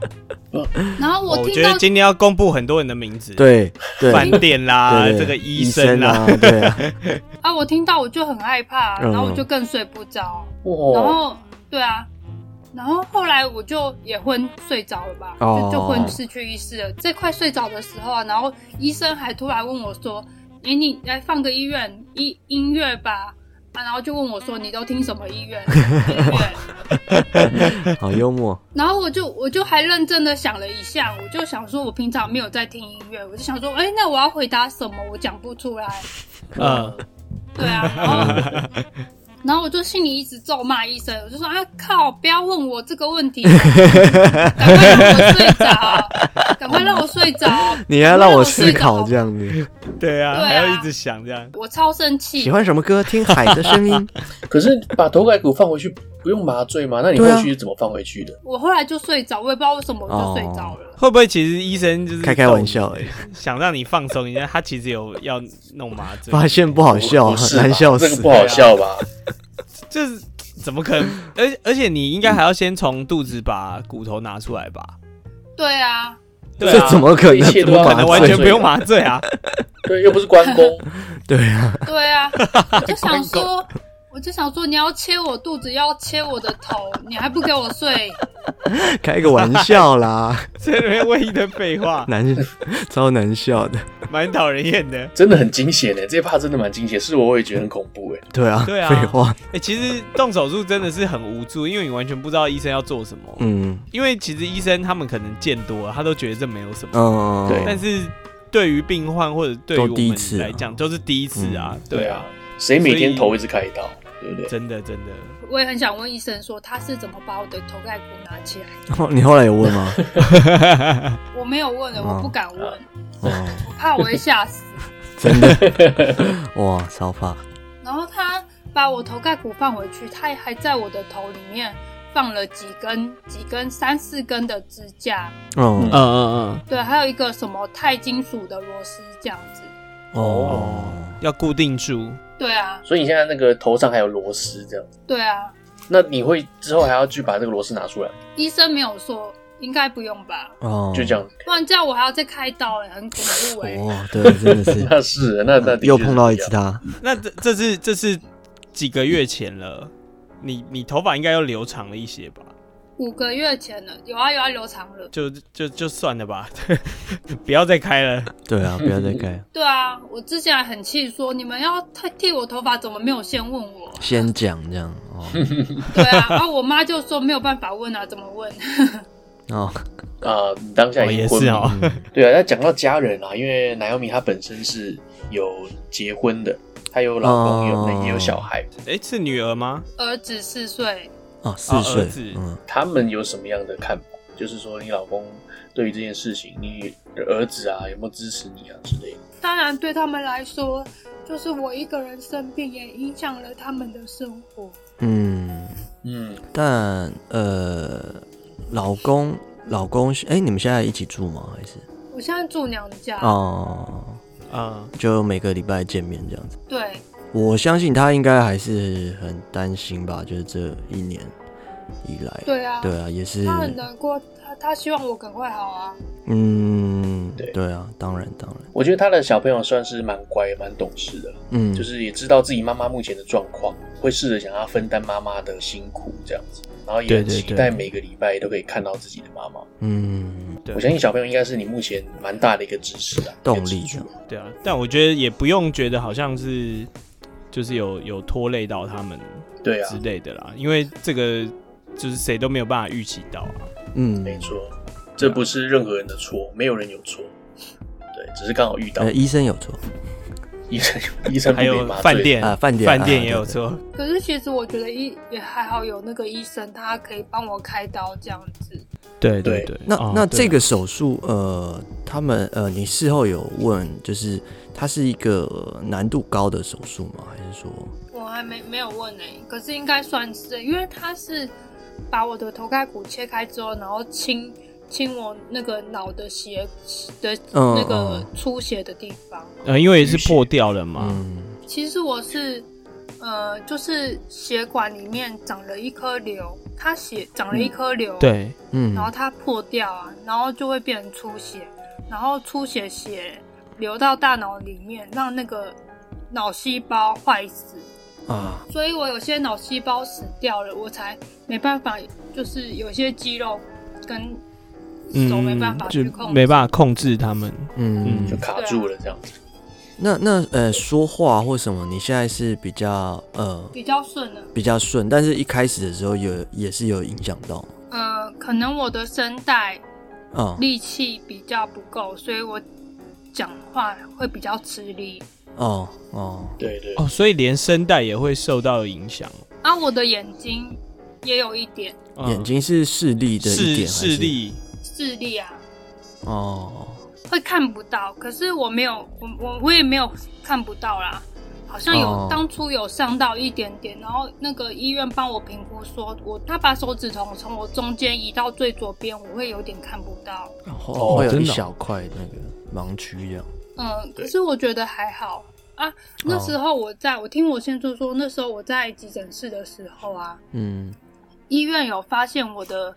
Speaker 4: 然后
Speaker 2: 哦
Speaker 4: 我
Speaker 2: 我
Speaker 4: 听
Speaker 2: 觉
Speaker 4: 到
Speaker 2: 得今天要公布很多人的名字，，
Speaker 3: 对对
Speaker 2: 饭店啦，
Speaker 3: 对对
Speaker 2: 啊这个医
Speaker 3: 医
Speaker 2: 生
Speaker 3: 生
Speaker 2: 啦，
Speaker 3: 啊，对啊，
Speaker 4: 啊，我听到我就很害怕，
Speaker 3: 嗯
Speaker 4: 然后我就更睡不着，然
Speaker 1: 哇，
Speaker 4: 后对啊，然后后来我就也昏睡着了吧，
Speaker 3: 哦
Speaker 4: 就就昏失去意识了。在快睡着的时候啊，然后医生还突然问我说：“哎，你来放个医院音音乐吧。”啊，然后就问我说：“你都听什么医院？”音乐。
Speaker 3: 好幽默，
Speaker 4: 然后我就我就还认真的想了一下，我就想说，我平常没有在听音乐，我就想说，哎，那我要回答什么？我讲不出来。
Speaker 2: 嗯，
Speaker 4: 对啊，然后 然后我就心里一直咒骂医生，我就说啊靠，不要问我这个问题， 赶快让我睡着，赶快让我睡着。
Speaker 3: 你还让我思考这样子。
Speaker 2: 对啊，
Speaker 4: 对啊
Speaker 2: 还要一直想这样。
Speaker 4: 我超生气
Speaker 3: 喜，欢什么歌？听海的声 音。
Speaker 1: 可是把头盖骨放回去不用麻醉吗？那你后
Speaker 3: 对啊
Speaker 1: 续是怎么放回去的？
Speaker 4: 我后来就睡着，我也不知道为什么我就睡着
Speaker 3: 哦
Speaker 4: 了。
Speaker 2: 会不会其实医生就是
Speaker 3: 开开玩笑哎、
Speaker 2: 想让你放松一下，他其实有要弄麻醉，
Speaker 3: 发现不好笑，
Speaker 1: 不是
Speaker 3: 很
Speaker 1: 吧
Speaker 3: 难笑
Speaker 1: 这
Speaker 3: 死
Speaker 1: 个。不好笑吧？
Speaker 2: 这怎么可能？而而且你应该还要先从肚子把骨头拿出来吧？
Speaker 4: 对啊，
Speaker 2: 对啊，
Speaker 3: 这怎么可能？
Speaker 1: 一切
Speaker 3: 怎
Speaker 1: 都
Speaker 3: 么
Speaker 1: 要
Speaker 2: 可
Speaker 3: 麻
Speaker 2: 能
Speaker 3: 醉？
Speaker 2: 完全不用麻醉 啊？
Speaker 1: 对，又不是关公，
Speaker 3: 对啊，
Speaker 4: 对 啊，我就想说，我就想说，你要切我肚子，要切我的头，你还不给我睡？在
Speaker 3: 开个玩笑啦，
Speaker 2: 在那边问一堆废 话，
Speaker 3: 难超难笑的。
Speaker 2: 蛮讨人厌的。
Speaker 1: 真的很惊险欸诶，这一趴真的蛮惊险，是我我也觉得很恐怖诶。欸
Speaker 3: 对啊，
Speaker 2: 对啊
Speaker 3: 废话，
Speaker 2: 哎、其实动手术真的是很无助，因为你完全不知道医生要做什么。
Speaker 3: 嗯
Speaker 2: 因为其实医生他们可能见多了，他都觉得这没有什么。
Speaker 3: 嗯，
Speaker 1: 对
Speaker 2: 但是对于病患或者对于我
Speaker 3: 都第一
Speaker 2: 们
Speaker 3: 次啊
Speaker 2: 来讲，都是第一次啊。对
Speaker 1: 对
Speaker 2: 啊
Speaker 1: 啊，，谁每
Speaker 2: 所以
Speaker 1: 天头一直开刀，对不对？
Speaker 2: 真的真的。
Speaker 4: 我也很想问医生说他是怎么把我的头盖骨拿起来的。
Speaker 3: 哦你后来有问 吗？
Speaker 4: 我没有问了，
Speaker 3: 哦
Speaker 4: 我不敢问，
Speaker 3: 哦，
Speaker 4: 我怕我会吓死。
Speaker 3: 真的，哇，超怕。
Speaker 4: 然后他把我头盖骨放回去，他还在我的头里面放了几根、几根、三四根的支架，
Speaker 3: 嗯
Speaker 2: 嗯嗯
Speaker 4: 对，还有一个什么钛金属的螺丝这样子。
Speaker 3: 哦
Speaker 1: 哦
Speaker 2: 嗯，，要固定住。
Speaker 4: 对啊，
Speaker 1: 所以你现在那个头上还有螺丝这样，
Speaker 4: 对啊，
Speaker 1: 那你会之后还要去把这个螺丝拿出来，
Speaker 4: 医生没有说，应该不用吧？
Speaker 3: 哦，
Speaker 1: 就这样。
Speaker 4: 不然这样我还要再开刀哎、很恐怖哎、
Speaker 3: 哦，对，真的是
Speaker 1: 那是 那那的确
Speaker 3: 又碰到一
Speaker 1: 是
Speaker 3: 次
Speaker 1: 这样，
Speaker 3: 他。
Speaker 2: 那这这是这是几个月前了，你你头发应该要留长了一些吧？
Speaker 4: 五个月前了，有啊有啊，留长了。
Speaker 2: 就就就算了吧， 不要再开了。
Speaker 3: 对啊，不要再开，
Speaker 4: 对啊，我之前还很气说你们要剃剃我头发，怎么没有先问我？
Speaker 3: 先讲这样 哦
Speaker 4: 对啊，然后我妈就说没有办法问啊，怎么问？
Speaker 3: 哦，
Speaker 1: 啊，你当下
Speaker 2: 哦
Speaker 1: 已
Speaker 2: 也
Speaker 1: 经昏
Speaker 2: 是
Speaker 1: 迷
Speaker 2: 哦，
Speaker 1: 对啊，那讲到家人啊，因为奶油米她本身是有结婚的，她有老公，有
Speaker 3: 哦
Speaker 1: 那也有小孩，
Speaker 2: 哎、是女儿吗？
Speaker 4: 儿子四岁，
Speaker 3: 哦，四
Speaker 2: 儿
Speaker 3: 岁
Speaker 2: 子，
Speaker 3: 嗯，
Speaker 1: 他们有什么样的看法？就是说，你老公对于这件事情，你儿子啊有没有支持你啊之类的？
Speaker 4: 当然对他们来说，就是我一个人生病也影响了他们的生活。
Speaker 3: 嗯，
Speaker 1: 嗯，
Speaker 3: 但呃，老公，老公是，哎，你们现在一起住吗？还是
Speaker 4: 我现在住娘家，
Speaker 3: 哦，
Speaker 2: 嗯，
Speaker 3: 就每个礼拜见面这样子？
Speaker 4: 对，
Speaker 3: 我相信他应该还是很担心吧，就是这一年以来，
Speaker 4: 对啊
Speaker 3: 对啊，也是，
Speaker 4: 他很难过，他他希望我赶快好啊。
Speaker 3: 嗯，
Speaker 1: 对
Speaker 3: 对啊，当然当然，
Speaker 1: 我觉得他的小朋友算是蛮乖、蛮懂事的，
Speaker 3: 嗯，
Speaker 1: 就是也知道自己妈妈目前的状况，会试着想要分担妈妈的辛苦这样子，然后也
Speaker 3: 对
Speaker 1: 很
Speaker 3: 对
Speaker 1: 期
Speaker 3: 对
Speaker 1: 待每个礼拜都可以看到自己的妈妈。
Speaker 3: 嗯，
Speaker 2: 对啊
Speaker 1: 我相信小朋友应该是你目前蛮大的一个支持啊，
Speaker 3: 动
Speaker 1: 一
Speaker 3: 力
Speaker 1: 个支柱
Speaker 2: 对啊，但我觉得也不用觉得好像是就是有有拖累到他们
Speaker 1: 对啊
Speaker 2: 之，类的啦，因为这个就是谁都没有办法预期到啊。
Speaker 3: 嗯，
Speaker 1: 没错，这不是任何人的错，没有人有错，对，只是刚好遇到
Speaker 3: 呃，医生有错
Speaker 1: 医生， 医生不
Speaker 2: 还有
Speaker 1: 给麻醉
Speaker 2: 饭店
Speaker 3: 啊，饭店
Speaker 2: 饭店
Speaker 3: 啊
Speaker 2: 也有
Speaker 3: 对对
Speaker 2: 错，
Speaker 4: 可是其实我觉得医也还好，有那个医生他可以帮我开刀这样子。
Speaker 2: 对
Speaker 1: 对啊
Speaker 2: 对。
Speaker 3: 那、
Speaker 2: 哦
Speaker 3: 那
Speaker 2: 对
Speaker 3: 这个手术，呃，他们呃，你事后有问，就是它是一个呃难度高的手术吗？还是说，
Speaker 4: 我还没没有问呢、可是应该算是，因为他是把我的头盖骨切开之后，然后清清我那个脑的血的
Speaker 3: 嗯
Speaker 4: 那个
Speaker 3: 嗯
Speaker 4: 出血的地方。
Speaker 2: 呃，因为是破掉了
Speaker 1: 啊
Speaker 2: 嘛，
Speaker 3: 嗯，
Speaker 4: 其实我是，呃，就是血管里面长了一颗瘤，它血长了一颗瘤，，
Speaker 2: 对，
Speaker 3: 嗯
Speaker 4: 然后它破掉啊，然后就会变成出血，然后出血血流到大脑里面，让那个脑细胞坏死，
Speaker 3: 啊，
Speaker 4: 所以我有些脑细胞死掉了，我才没办法，就是有些肌肉跟手没办法
Speaker 2: 嗯就
Speaker 4: 去控制，
Speaker 2: 没办法控制他们。
Speaker 3: 嗯
Speaker 1: 就卡住了这样子。
Speaker 3: 那那呃，说话或什么，你现在是比较呃
Speaker 4: 比较顺的。
Speaker 3: 比较顺，但是一开始的时候有也是有影响到吗，
Speaker 4: 呃，可能我的声带
Speaker 3: 嗯
Speaker 4: 力气比较不够，所以我讲话会比较吃力。
Speaker 3: 哦哦，
Speaker 1: 对对，
Speaker 2: 哦，所以连声带也会受到影响。
Speaker 4: 啊，我的眼睛也有一点
Speaker 2: 嗯
Speaker 3: 眼睛是视力的一
Speaker 2: 视
Speaker 3: 点还是
Speaker 2: 视力
Speaker 4: 视力啊，
Speaker 3: 哦，
Speaker 4: 会看不到。可是我没有，我我我也没有看不到啦。好像有、
Speaker 3: 哦
Speaker 4: 当初有上到一点点，然后那个医院帮我评估说，我他把手指头从我中间移到最左边，我会有点看不到。
Speaker 1: 哦
Speaker 3: 会有
Speaker 2: 真
Speaker 3: 一
Speaker 2: 的哦
Speaker 3: 小块那个盲区这样，
Speaker 4: 嗯，
Speaker 1: 对
Speaker 4: 可是我觉得还好啊。那时候我在，我听我先生说，那时候我在急诊室的时候啊，
Speaker 3: 嗯，
Speaker 4: 医院有发现我的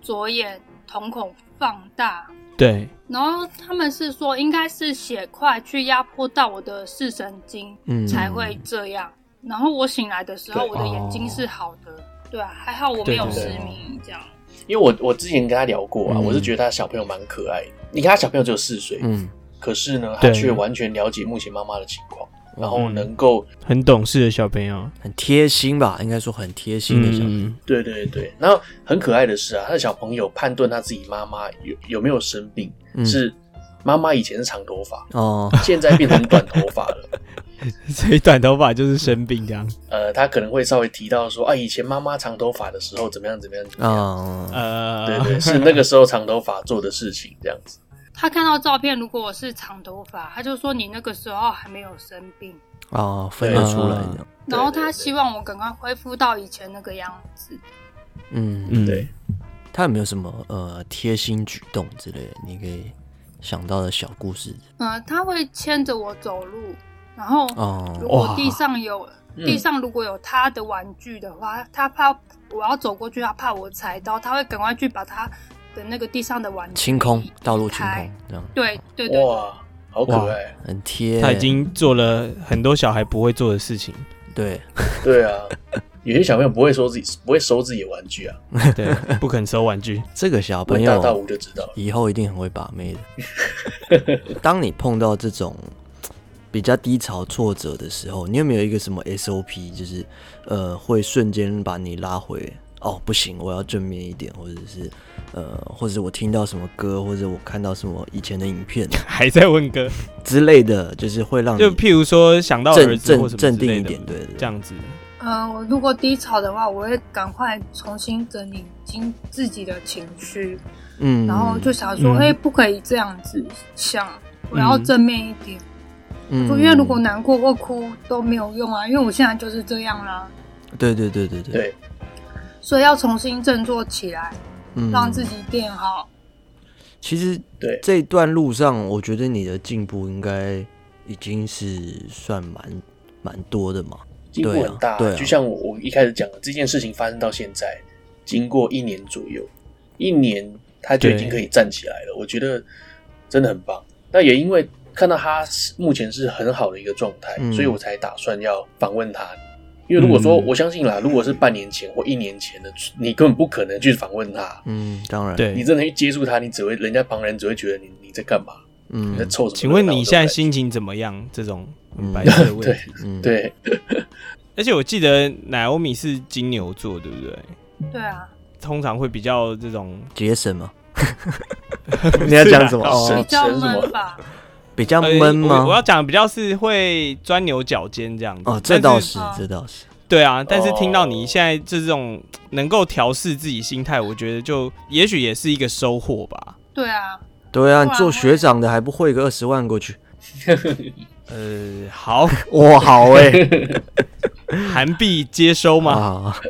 Speaker 4: 左眼瞳孔放大，
Speaker 2: 对，
Speaker 4: 然后他们是说应该是血块去压迫到我的视神经，
Speaker 3: 嗯
Speaker 4: 才会这样。然后我醒来的时候，
Speaker 1: 对
Speaker 4: 我的眼睛是好的，对啊，还好我没有失明，这样。
Speaker 1: 因为我我之前跟他聊过啊，
Speaker 3: 嗯
Speaker 1: 我是觉得他小朋友蛮可爱的。你看他小朋友只有四岁，
Speaker 3: 嗯，
Speaker 1: 可是呢，他
Speaker 2: 对
Speaker 1: 却完全了解目前妈妈的情况，然后
Speaker 2: 嗯
Speaker 1: 能够
Speaker 2: 很懂事的小朋友，
Speaker 3: 很贴心吧，应该说很贴心的小孩，
Speaker 2: 嗯
Speaker 1: 对对对，然后很可爱的是啊，他的小朋友判断他自己妈妈有有没有生病，
Speaker 3: 嗯
Speaker 1: 是妈妈以前是长头发，
Speaker 3: 哦，
Speaker 1: 现在变成短头发了。
Speaker 2: 所以短头发就是生病这样。
Speaker 1: 呃，他可能会稍微提到说啊，以前妈妈长头发的时候怎么样怎么样怎么样，
Speaker 3: 啊，
Speaker 1: 嗯
Speaker 2: 呃，
Speaker 1: 对对，是那个时候长头发做的事情这样子。
Speaker 4: 他看到照片，如果我是长头发，他就说你那个时候还没有生病，
Speaker 3: 啊，分得出来这样，
Speaker 4: 然后他
Speaker 1: 对对对
Speaker 4: 希望我赶快恢复到以前那个样子。
Speaker 3: 嗯，
Speaker 2: 嗯
Speaker 1: 对，
Speaker 3: 他有没有什么呃贴心举动之类的？你可以想到的小故事
Speaker 4: 呃，他会牵着我走路，然后
Speaker 3: 哦，
Speaker 4: 如果地上有
Speaker 1: 嗯
Speaker 4: 地上如果有他的玩具的话，他怕我要走过去，他怕我踩到，他会赶快去把他的那个地上的玩具
Speaker 3: 清空
Speaker 4: 移
Speaker 3: 道路清
Speaker 4: 开
Speaker 3: 空这样，
Speaker 4: 对对对对，
Speaker 1: 哇，好可爱，
Speaker 3: 很贴，
Speaker 2: 他已经做了很多小孩不会做的事 情。
Speaker 3: 对，
Speaker 1: 对啊，有些小朋友不会收自己不会收自己的玩具啊，
Speaker 2: 对，不肯收 玩具。
Speaker 3: 这个小朋
Speaker 1: 问大大
Speaker 3: 友
Speaker 1: 五就知道了。
Speaker 3: 以后一定很会把妹 的。当你碰到这种比较低潮、挫折的时候，你有没有一个什么 SOP，就是呃，会瞬间把你拉回？哦，不行，我要正面一点，或者是呃，或者我听到什么歌，或者我看到什么以前的影 片
Speaker 2: 还在问哥，
Speaker 1: 嗯
Speaker 3: 之类的，就是会让你
Speaker 2: 就譬如说想到儿
Speaker 3: 镇
Speaker 2: 子或
Speaker 3: 镇
Speaker 2: 什么
Speaker 3: 镇
Speaker 2: 之
Speaker 3: 定
Speaker 2: 类
Speaker 3: 一
Speaker 2: 的
Speaker 3: 点，对对
Speaker 2: 这
Speaker 3: 对，
Speaker 2: 样子。
Speaker 4: 呃，我如果低潮的话，我会赶快重新整理经自己的情绪，
Speaker 3: 嗯
Speaker 4: 然后就想说，
Speaker 2: 嗯
Speaker 4: 哎、不可以这样子想，我要
Speaker 2: 嗯
Speaker 4: 正面一点。
Speaker 3: 嗯
Speaker 4: 因为如果难过或哭都没有用啊，因为我现在就是这样啦、
Speaker 3: 嗯对对对对对，
Speaker 1: 对，
Speaker 4: 所以要重新振作起来，
Speaker 3: 嗯
Speaker 4: 让自己变好。
Speaker 3: 其实
Speaker 1: 对
Speaker 3: 这段路上，我觉得你的进步应该已经是算蛮蛮多的嘛。
Speaker 1: 进步很大。
Speaker 3: 对啊对啊
Speaker 1: 就像我我一开始讲的，这件事情发生到现在，经过一年左右，一年他就已经可以站起来了。我觉得真的很棒。那也因为看到他是目前是很好的一个状态，
Speaker 3: 嗯
Speaker 1: 所以我才打算要访问他。因为如果说、
Speaker 2: 嗯
Speaker 1: 我相信啦，如果是半年前或一年前的，你根本不可能去访问他。
Speaker 3: 嗯，当然，，
Speaker 1: 哎你
Speaker 2: 对，
Speaker 1: 真的去接触他，你只会人家旁人只会觉得你你在干嘛，你在
Speaker 3: 嗯
Speaker 1: 凑什么热闹？
Speaker 2: 请问你现在
Speaker 1: 对
Speaker 2: 心情怎么样？这种很
Speaker 3: 嗯
Speaker 2: 白痴的问题。
Speaker 3: 嗯，
Speaker 1: 不，对对
Speaker 2: 而且我记得奶欧米是金牛座，对不对？
Speaker 4: 对啊，
Speaker 2: 通常会比较这种，
Speaker 3: 节 省嘛。你要讲什么？
Speaker 1: 是
Speaker 4: 比
Speaker 3: 哦，
Speaker 4: 较
Speaker 1: 神什么
Speaker 4: 闷吧。
Speaker 3: 比较
Speaker 2: 呃
Speaker 3: 闷
Speaker 2: 我我要
Speaker 3: 吗？
Speaker 2: 讲比较是会钻牛角尖这样子。
Speaker 3: 哦，
Speaker 2: 但
Speaker 3: 这倒是
Speaker 4: 哦，
Speaker 3: 这倒是，
Speaker 2: 对啊，但是听到你
Speaker 1: 哦
Speaker 2: 现在这种能够调试自己心态，我觉得就也许也是一个收获吧。
Speaker 4: 对啊，
Speaker 3: 对啊，你
Speaker 4: 不然
Speaker 3: 做
Speaker 4: 我
Speaker 3: 学长的还不汇个二十万 过去？
Speaker 2: 呃，好，
Speaker 3: 哇，好哎，
Speaker 1: 欸
Speaker 2: 韩币接收吗？
Speaker 3: 啊，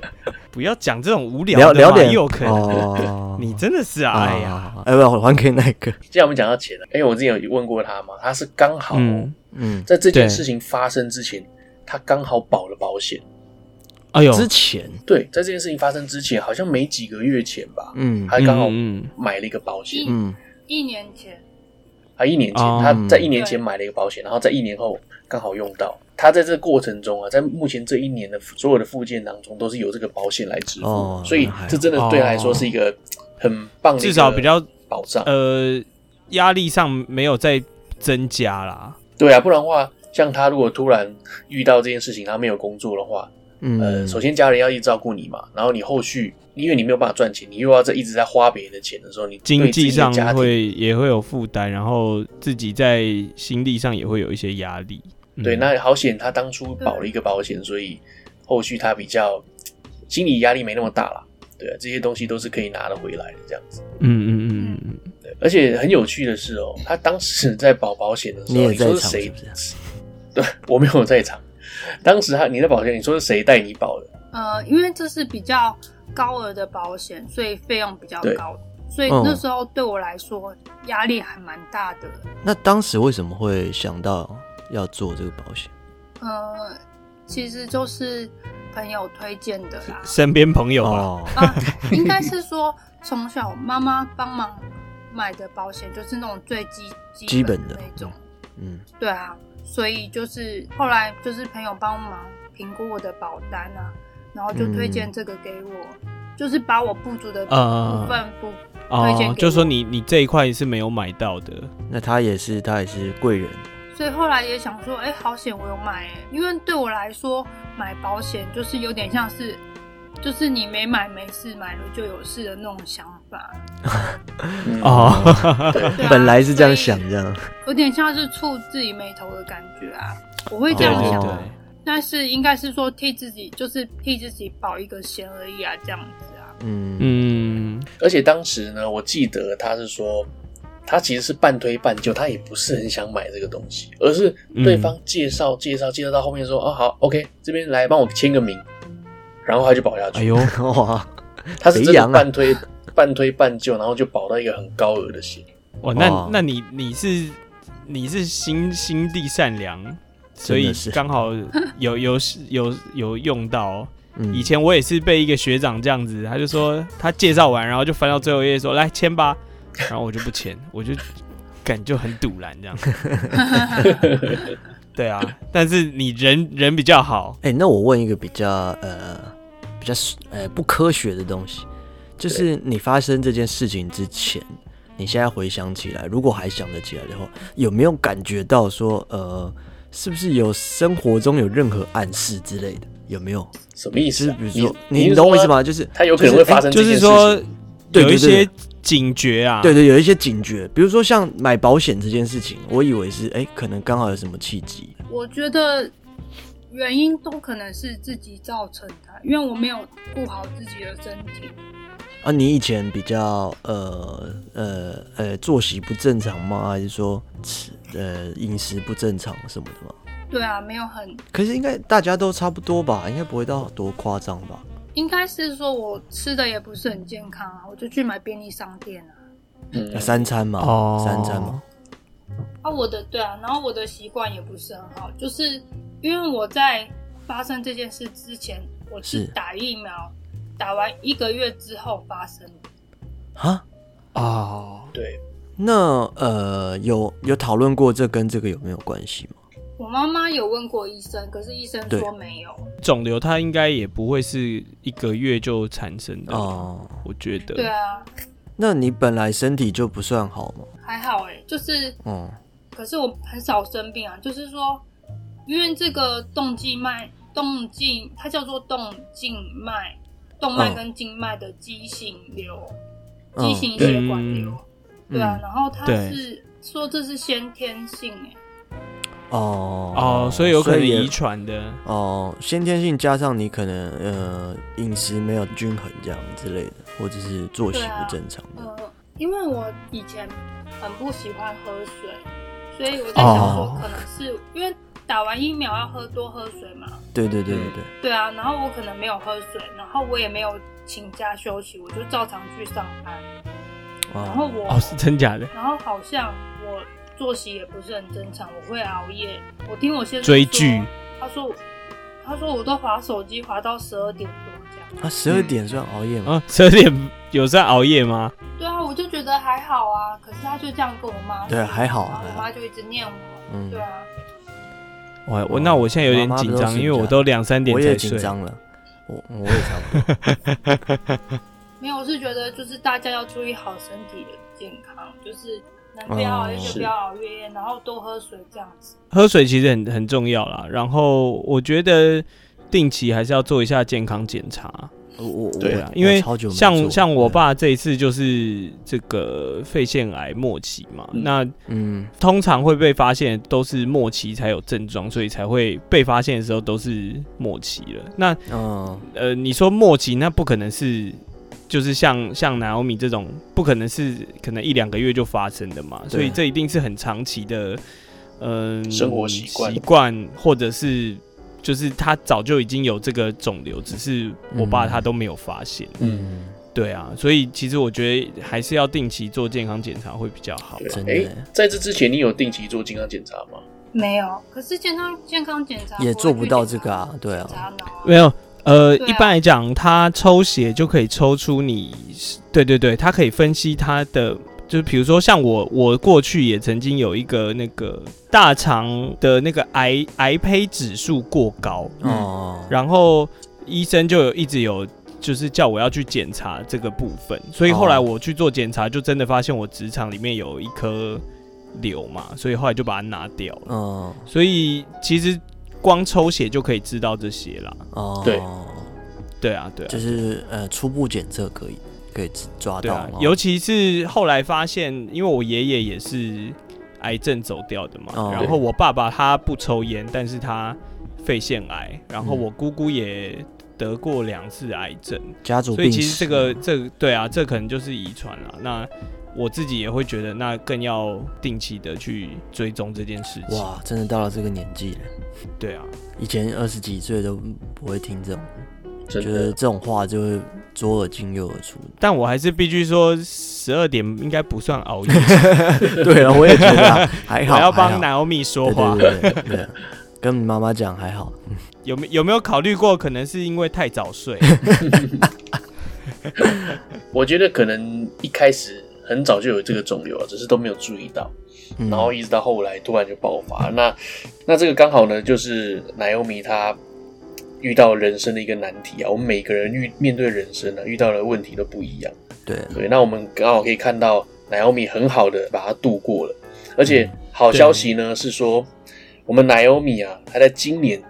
Speaker 2: 不要讲这种无聊
Speaker 3: 聊
Speaker 2: 的
Speaker 3: 聊
Speaker 2: 嘛，
Speaker 3: 点
Speaker 2: 也有可能。
Speaker 3: 哦
Speaker 2: 你真的是啊，哎呀，，
Speaker 3: 哎，不要还给那 个，
Speaker 1: 既然我们讲到钱了，因为哎我之前有问过他嘛，他是刚好、
Speaker 2: 嗯，
Speaker 3: 嗯，
Speaker 1: 在这件
Speaker 2: 对
Speaker 1: 事情发生之前，他刚好保了保险。
Speaker 2: 哎呦，
Speaker 3: 之前，
Speaker 1: 对，在这件事情发生之前，好像没几个月前吧，
Speaker 3: 嗯
Speaker 1: 他刚好
Speaker 2: 嗯嗯
Speaker 1: 买了一个保险。
Speaker 3: 嗯，
Speaker 4: 一年前，
Speaker 1: 他一年前，
Speaker 2: 哦
Speaker 1: 他在一年前
Speaker 4: 对
Speaker 1: 买了一个保险，然后在一年后刚好用到。他在这过程中啊，在目前这一年的所有的附件当中，都是由这个保险来支付，
Speaker 3: 哦
Speaker 1: 所以
Speaker 3: 那还好
Speaker 1: 这真的对他来说是一个很棒的一个
Speaker 2: 至少比较
Speaker 1: 保障。
Speaker 2: 呃压力上没有再增加啦。
Speaker 1: 对啊，不然的话，像他如果突然遇到这件事情，他没有工作的话，呃，
Speaker 3: 嗯，
Speaker 1: 首先家人要一直照顾你嘛，然后你后续因为你没有办法赚钱，你又要在一直在花别人的钱的时候，你对
Speaker 2: 经
Speaker 1: 自己
Speaker 2: 济
Speaker 1: 的
Speaker 2: 上
Speaker 1: 家庭
Speaker 2: 会也会有负担，然后自己在心力上也会有一些压力。嗯
Speaker 1: 对，那好险，他当初保了一个保险，所以后续他比较嗯心理压力没那么大啦。对啊，这些东西都是可以拿得回来的，这样子。
Speaker 2: 嗯嗯嗯嗯嗯，
Speaker 1: 对，而且很有趣的是哦，他当时在保保险的时
Speaker 3: 你
Speaker 1: 候，
Speaker 3: 也
Speaker 1: 你说
Speaker 3: 在
Speaker 1: 是
Speaker 3: 场是
Speaker 1: 谁
Speaker 3: 不？是？
Speaker 1: 对， 我没有在场。当时他你在保险，你说是谁带你保的？
Speaker 4: 呃，因为这是比较高额的保险，所以费用比较
Speaker 1: 对
Speaker 4: 高，所以
Speaker 3: 嗯
Speaker 4: 那时候对我来说压力还蛮大的。
Speaker 3: 那当时为什么会想到要做这个保险？
Speaker 4: 呃，其实就是朋友推荐的 啦，
Speaker 2: 身边朋友啊，
Speaker 3: 哦，
Speaker 4: 啊，应该是说从小妈妈帮忙买的保险，就是那种最基
Speaker 3: 基
Speaker 4: 本
Speaker 3: 本的
Speaker 4: 那种。
Speaker 3: 嗯，
Speaker 4: 对啊，所以就是后来就是朋友帮忙评估我的保单啊，然后就推
Speaker 2: 嗯
Speaker 4: 荐这个给我，就是把我不足
Speaker 2: 啊
Speaker 4: 的部分补。推荐给
Speaker 2: 哦
Speaker 4: 我，
Speaker 2: 就说你你这一块是没有买到的，
Speaker 3: 那他也是，他也是贵人，
Speaker 4: 所以后来也想说，哎、好险我有买、哎因为对我来说买保险就是有点像是，就是你没买没事，买了就有事的那种想法。
Speaker 1: 嗯
Speaker 2: 哦，
Speaker 1: 对，
Speaker 4: 对啊
Speaker 3: 嗯本来是这样
Speaker 4: 所以
Speaker 3: 想这样。
Speaker 4: 有点像是触自己眉头的感觉啊，我会
Speaker 2: 对
Speaker 4: 这样
Speaker 2: 对
Speaker 4: 想，
Speaker 2: 对
Speaker 3: 哦，
Speaker 4: 但是应该是说替自己，就是替自己保一个险而已啊，这样子啊，
Speaker 3: 嗯
Speaker 2: 嗯，
Speaker 1: 而且当时呢，我记得他是说，他其实是半推半就，他也不是很想买这个东西，而是对方介
Speaker 3: 嗯
Speaker 1: 绍、介绍介绍到后面说，哦好，OK，这边来帮我签个名，然后他就保下去。
Speaker 2: 哎呦，
Speaker 3: 哇，
Speaker 1: 他是真的
Speaker 3: 肥羊啊
Speaker 1: 半推、半推半就，然后就保到一个很高额的险。
Speaker 2: 哇，那
Speaker 3: 哦
Speaker 2: 那你你是你是心心地善良，所以
Speaker 3: 真的是
Speaker 2: 刚好有 有有有用到哦、
Speaker 3: 嗯
Speaker 2: 以前我也是被一个学长这样子，他就说他介绍完，然后就翻到最后一页说来签吧，然后我就不签， 我就感就很堵然 这样。对啊，但是你人人比较好，
Speaker 3: 哎、那我问一个比较呃比较呃不科学的东西，就是你发生这件事情之前，你现在回想起来，如果还想得起来的话，有没有感觉到说呃，是不是有生活中有任何暗示之类的？有没有？
Speaker 1: 什么意
Speaker 3: 就
Speaker 1: 思
Speaker 3: 是
Speaker 1: 啊、
Speaker 3: 比如说，
Speaker 1: 你
Speaker 3: 你
Speaker 1: 是
Speaker 3: 懂我意思
Speaker 1: 说
Speaker 3: 吗？就是哎
Speaker 1: 他有可能会发生这
Speaker 2: 就
Speaker 1: 件事
Speaker 2: 是
Speaker 1: 情。
Speaker 2: 说
Speaker 3: 对
Speaker 2: 有一
Speaker 3: 对对
Speaker 2: 些警觉啊，
Speaker 3: 对对，有一些警觉，比如说像买保险这件事情，我以为是哎、可能刚好有什么契机，
Speaker 4: 我觉得原因都可能是自己造成的，因为我没有顾好自己的身体，
Speaker 3: 啊，你以前比较呃呃呃作息不正常吗？还是说吃呃饮食不正常什么的吗？
Speaker 4: 对啊，没有很，
Speaker 3: 可是应该大家都差不多吧，应该不会到多夸张吧？
Speaker 4: 应该是说我吃的也不是很健康啊，我就去买便利商店啊，
Speaker 1: 嗯，
Speaker 3: 三餐嘛，
Speaker 2: 哦
Speaker 3: 三餐嘛，
Speaker 4: 啊，我的对啊，然后我的习惯也不是很好，就是因为我在发生这件事之前，我是
Speaker 3: 是
Speaker 4: 打疫苗，打完一个月之后发生的。
Speaker 3: 啊，
Speaker 2: 哦，
Speaker 1: 对，
Speaker 3: 那呃有有讨论过这跟这个有没有关系吗？
Speaker 4: 我妈妈有问过医生，可是医生
Speaker 3: 对
Speaker 4: 说没有。
Speaker 2: 肿瘤它应该也不会是一个月就产生的，
Speaker 3: 哦、
Speaker 2: 我觉得，
Speaker 4: 对啊，
Speaker 3: 那你本来身体就不算好吗？
Speaker 4: 还好哎、就是
Speaker 3: 嗯，
Speaker 4: 可是我很少生病啊，就是说，因为这个动静脉动静，它叫做动静脉，动脉
Speaker 3: 嗯
Speaker 4: 跟静脉的畸形瘤，
Speaker 3: 嗯
Speaker 4: 畸形血管
Speaker 2: 对
Speaker 4: 瘤。对啊，
Speaker 3: 嗯
Speaker 4: 然后他
Speaker 2: 对
Speaker 4: 是说这是先天性哎、
Speaker 3: 哦
Speaker 2: 哦，所以有可能
Speaker 3: 也
Speaker 2: 遗传的，
Speaker 3: 哦，先天性加上你可能呃饮食没有均衡这样之类的，或者是作息
Speaker 4: 对啊
Speaker 3: 不正常的。
Speaker 4: 呃，因为我以前很不喜欢喝水，所以我在想说
Speaker 3: 哦
Speaker 4: 可能是、因为打完疫苗要喝多喝水嘛，
Speaker 3: 对对对对对，
Speaker 4: 对啊，然后我可能没有喝水，然后我也没有请假休息，我就照常去上班，然后
Speaker 3: 哦
Speaker 4: 我，
Speaker 2: 哦，是真 假的，
Speaker 4: 然后好像我作息也不是很正常，我会熬夜，我听我先生
Speaker 2: 追
Speaker 4: 说
Speaker 2: 剧，
Speaker 4: 他说他说我都划手机划到十二点多这样。
Speaker 3: 啊，十二点算熬夜吗？
Speaker 2: 啊，十二点有在熬夜吗？
Speaker 4: 对啊，我就觉得还好啊，可是他就这样跟我妈说，
Speaker 3: 对啊还好
Speaker 4: 然后
Speaker 3: 还
Speaker 4: 我
Speaker 3: 好
Speaker 4: 妈就一直念我，
Speaker 3: 嗯
Speaker 4: 对，啊，
Speaker 2: 我我那我现在有点紧
Speaker 3: 哦妈妈
Speaker 2: 张
Speaker 3: 不，都是
Speaker 2: 因为我都两三点
Speaker 3: 我也
Speaker 2: 才
Speaker 3: 紧
Speaker 2: 睡。
Speaker 3: 张了，我我也差不多。
Speaker 4: 没有，我是觉得就是大家要注意好身体的健康，就是能不要熬夜
Speaker 3: 哦
Speaker 4: 就不
Speaker 1: 是
Speaker 4: 要熬夜，然后多喝水这样子。
Speaker 2: 喝水其实很很重要啦。然后我觉得定期还是要做一下健康检查，
Speaker 3: 我我我
Speaker 1: 对
Speaker 2: 对啊，
Speaker 3: 我
Speaker 2: 因为
Speaker 3: 哦超久没
Speaker 2: 像
Speaker 3: 做
Speaker 2: 像我，爸这一次就是这个肺腺癌末期嘛，
Speaker 1: 嗯
Speaker 2: 那
Speaker 3: 嗯
Speaker 2: 通常会被发现都是末期才有症状，所以才会被发现的时候都是末期了。那
Speaker 3: 嗯，
Speaker 2: 呃，你说末期，那不可能是。就是像像 Naomi 这种，不可能是可能一两个月就发生的
Speaker 1: 啊
Speaker 2: 嘛，所以这一定是很长期的，嗯，
Speaker 1: 生活习惯
Speaker 2: 习惯或者是就是他早就已经有这个肿瘤，只是我爸
Speaker 3: 嗯
Speaker 2: 他都没有发现。
Speaker 3: 嗯，
Speaker 2: 对啊，所以其实我觉得还是要定期做健康检查会比较好
Speaker 1: 对。
Speaker 3: 真的
Speaker 1: 哎、在这之前你有定期做健康检查吗？
Speaker 4: 没有，可是健康健康检查
Speaker 3: 也
Speaker 4: 会
Speaker 3: 做不
Speaker 4: 去
Speaker 3: 到
Speaker 4: 检
Speaker 3: 这
Speaker 4: 查
Speaker 3: 个啊对啊
Speaker 4: 检查脑
Speaker 2: 没有，呃，
Speaker 4: 对啊
Speaker 2: 一般来讲，他抽血就可以抽出你，对对对，他可以分析他的。就是比如说，像我，我过去也曾经有一个那个大肠的那个癌癌胚指数过高，
Speaker 3: 哦，
Speaker 2: 然后医生就有一直有就是叫我要去检查这个部分，所以后来
Speaker 3: 哦
Speaker 2: 我去做检查，就真的发现我直肠里面有一颗瘤嘛，所以后来就把它拿掉了。
Speaker 3: 嗯
Speaker 2: 所以其实光抽血就可以知道这些啦。
Speaker 3: 哦，
Speaker 1: 对，
Speaker 2: 对啊，对啊，
Speaker 3: 就是呃初步检测可以可以抓
Speaker 2: 对
Speaker 3: 到
Speaker 2: 啊
Speaker 3: 嘛，，
Speaker 2: 尤其是后来发现，因为我爷爷也是癌症走掉的嘛，
Speaker 3: 哦
Speaker 2: 然后我爸爸他不抽烟，但是他肺腺癌，然后
Speaker 3: 嗯
Speaker 2: 我姑姑也得过两次癌症。
Speaker 3: 家族
Speaker 2: 所以
Speaker 3: 病史，
Speaker 2: 其实这个这个对啊，这可能就是遗传了。那我自己也会觉得，那更要定期的去追踪这件事情。
Speaker 3: 哇，真的到了这个年纪了，
Speaker 2: 对啊，
Speaker 3: 以前二十几岁都不会听这种，
Speaker 1: 真
Speaker 3: 觉
Speaker 1: 的，
Speaker 3: 得这种话就会左耳进右 耳出。
Speaker 2: 但我还是必须说，十二点应该不算 熬夜。
Speaker 3: 对了，我也觉得 啊还好，
Speaker 2: 我要
Speaker 3: 还
Speaker 2: 帮
Speaker 3: 好
Speaker 2: Naomi 说
Speaker 3: 对
Speaker 2: 话，
Speaker 3: 对对对对，跟你妈妈讲还好，
Speaker 2: 有没有没有考虑过，可能是因为太早睡？
Speaker 1: 我觉得可能一开始很早就有这个肿瘤啊，只是都没有注意到。
Speaker 3: 嗯
Speaker 1: 然后一直到后来突然就爆发。那那这个刚好呢，就是奶油米他遇到人生的一个难题啊。我们每个人遇面对人生呢、啊，遇到的问题都不一样。
Speaker 3: 对，
Speaker 1: 对，那我们刚好可以看到奶油米很好的把它度过了，而
Speaker 3: 嗯
Speaker 1: 且好消息呢是说，我们奶油米啊，他在今年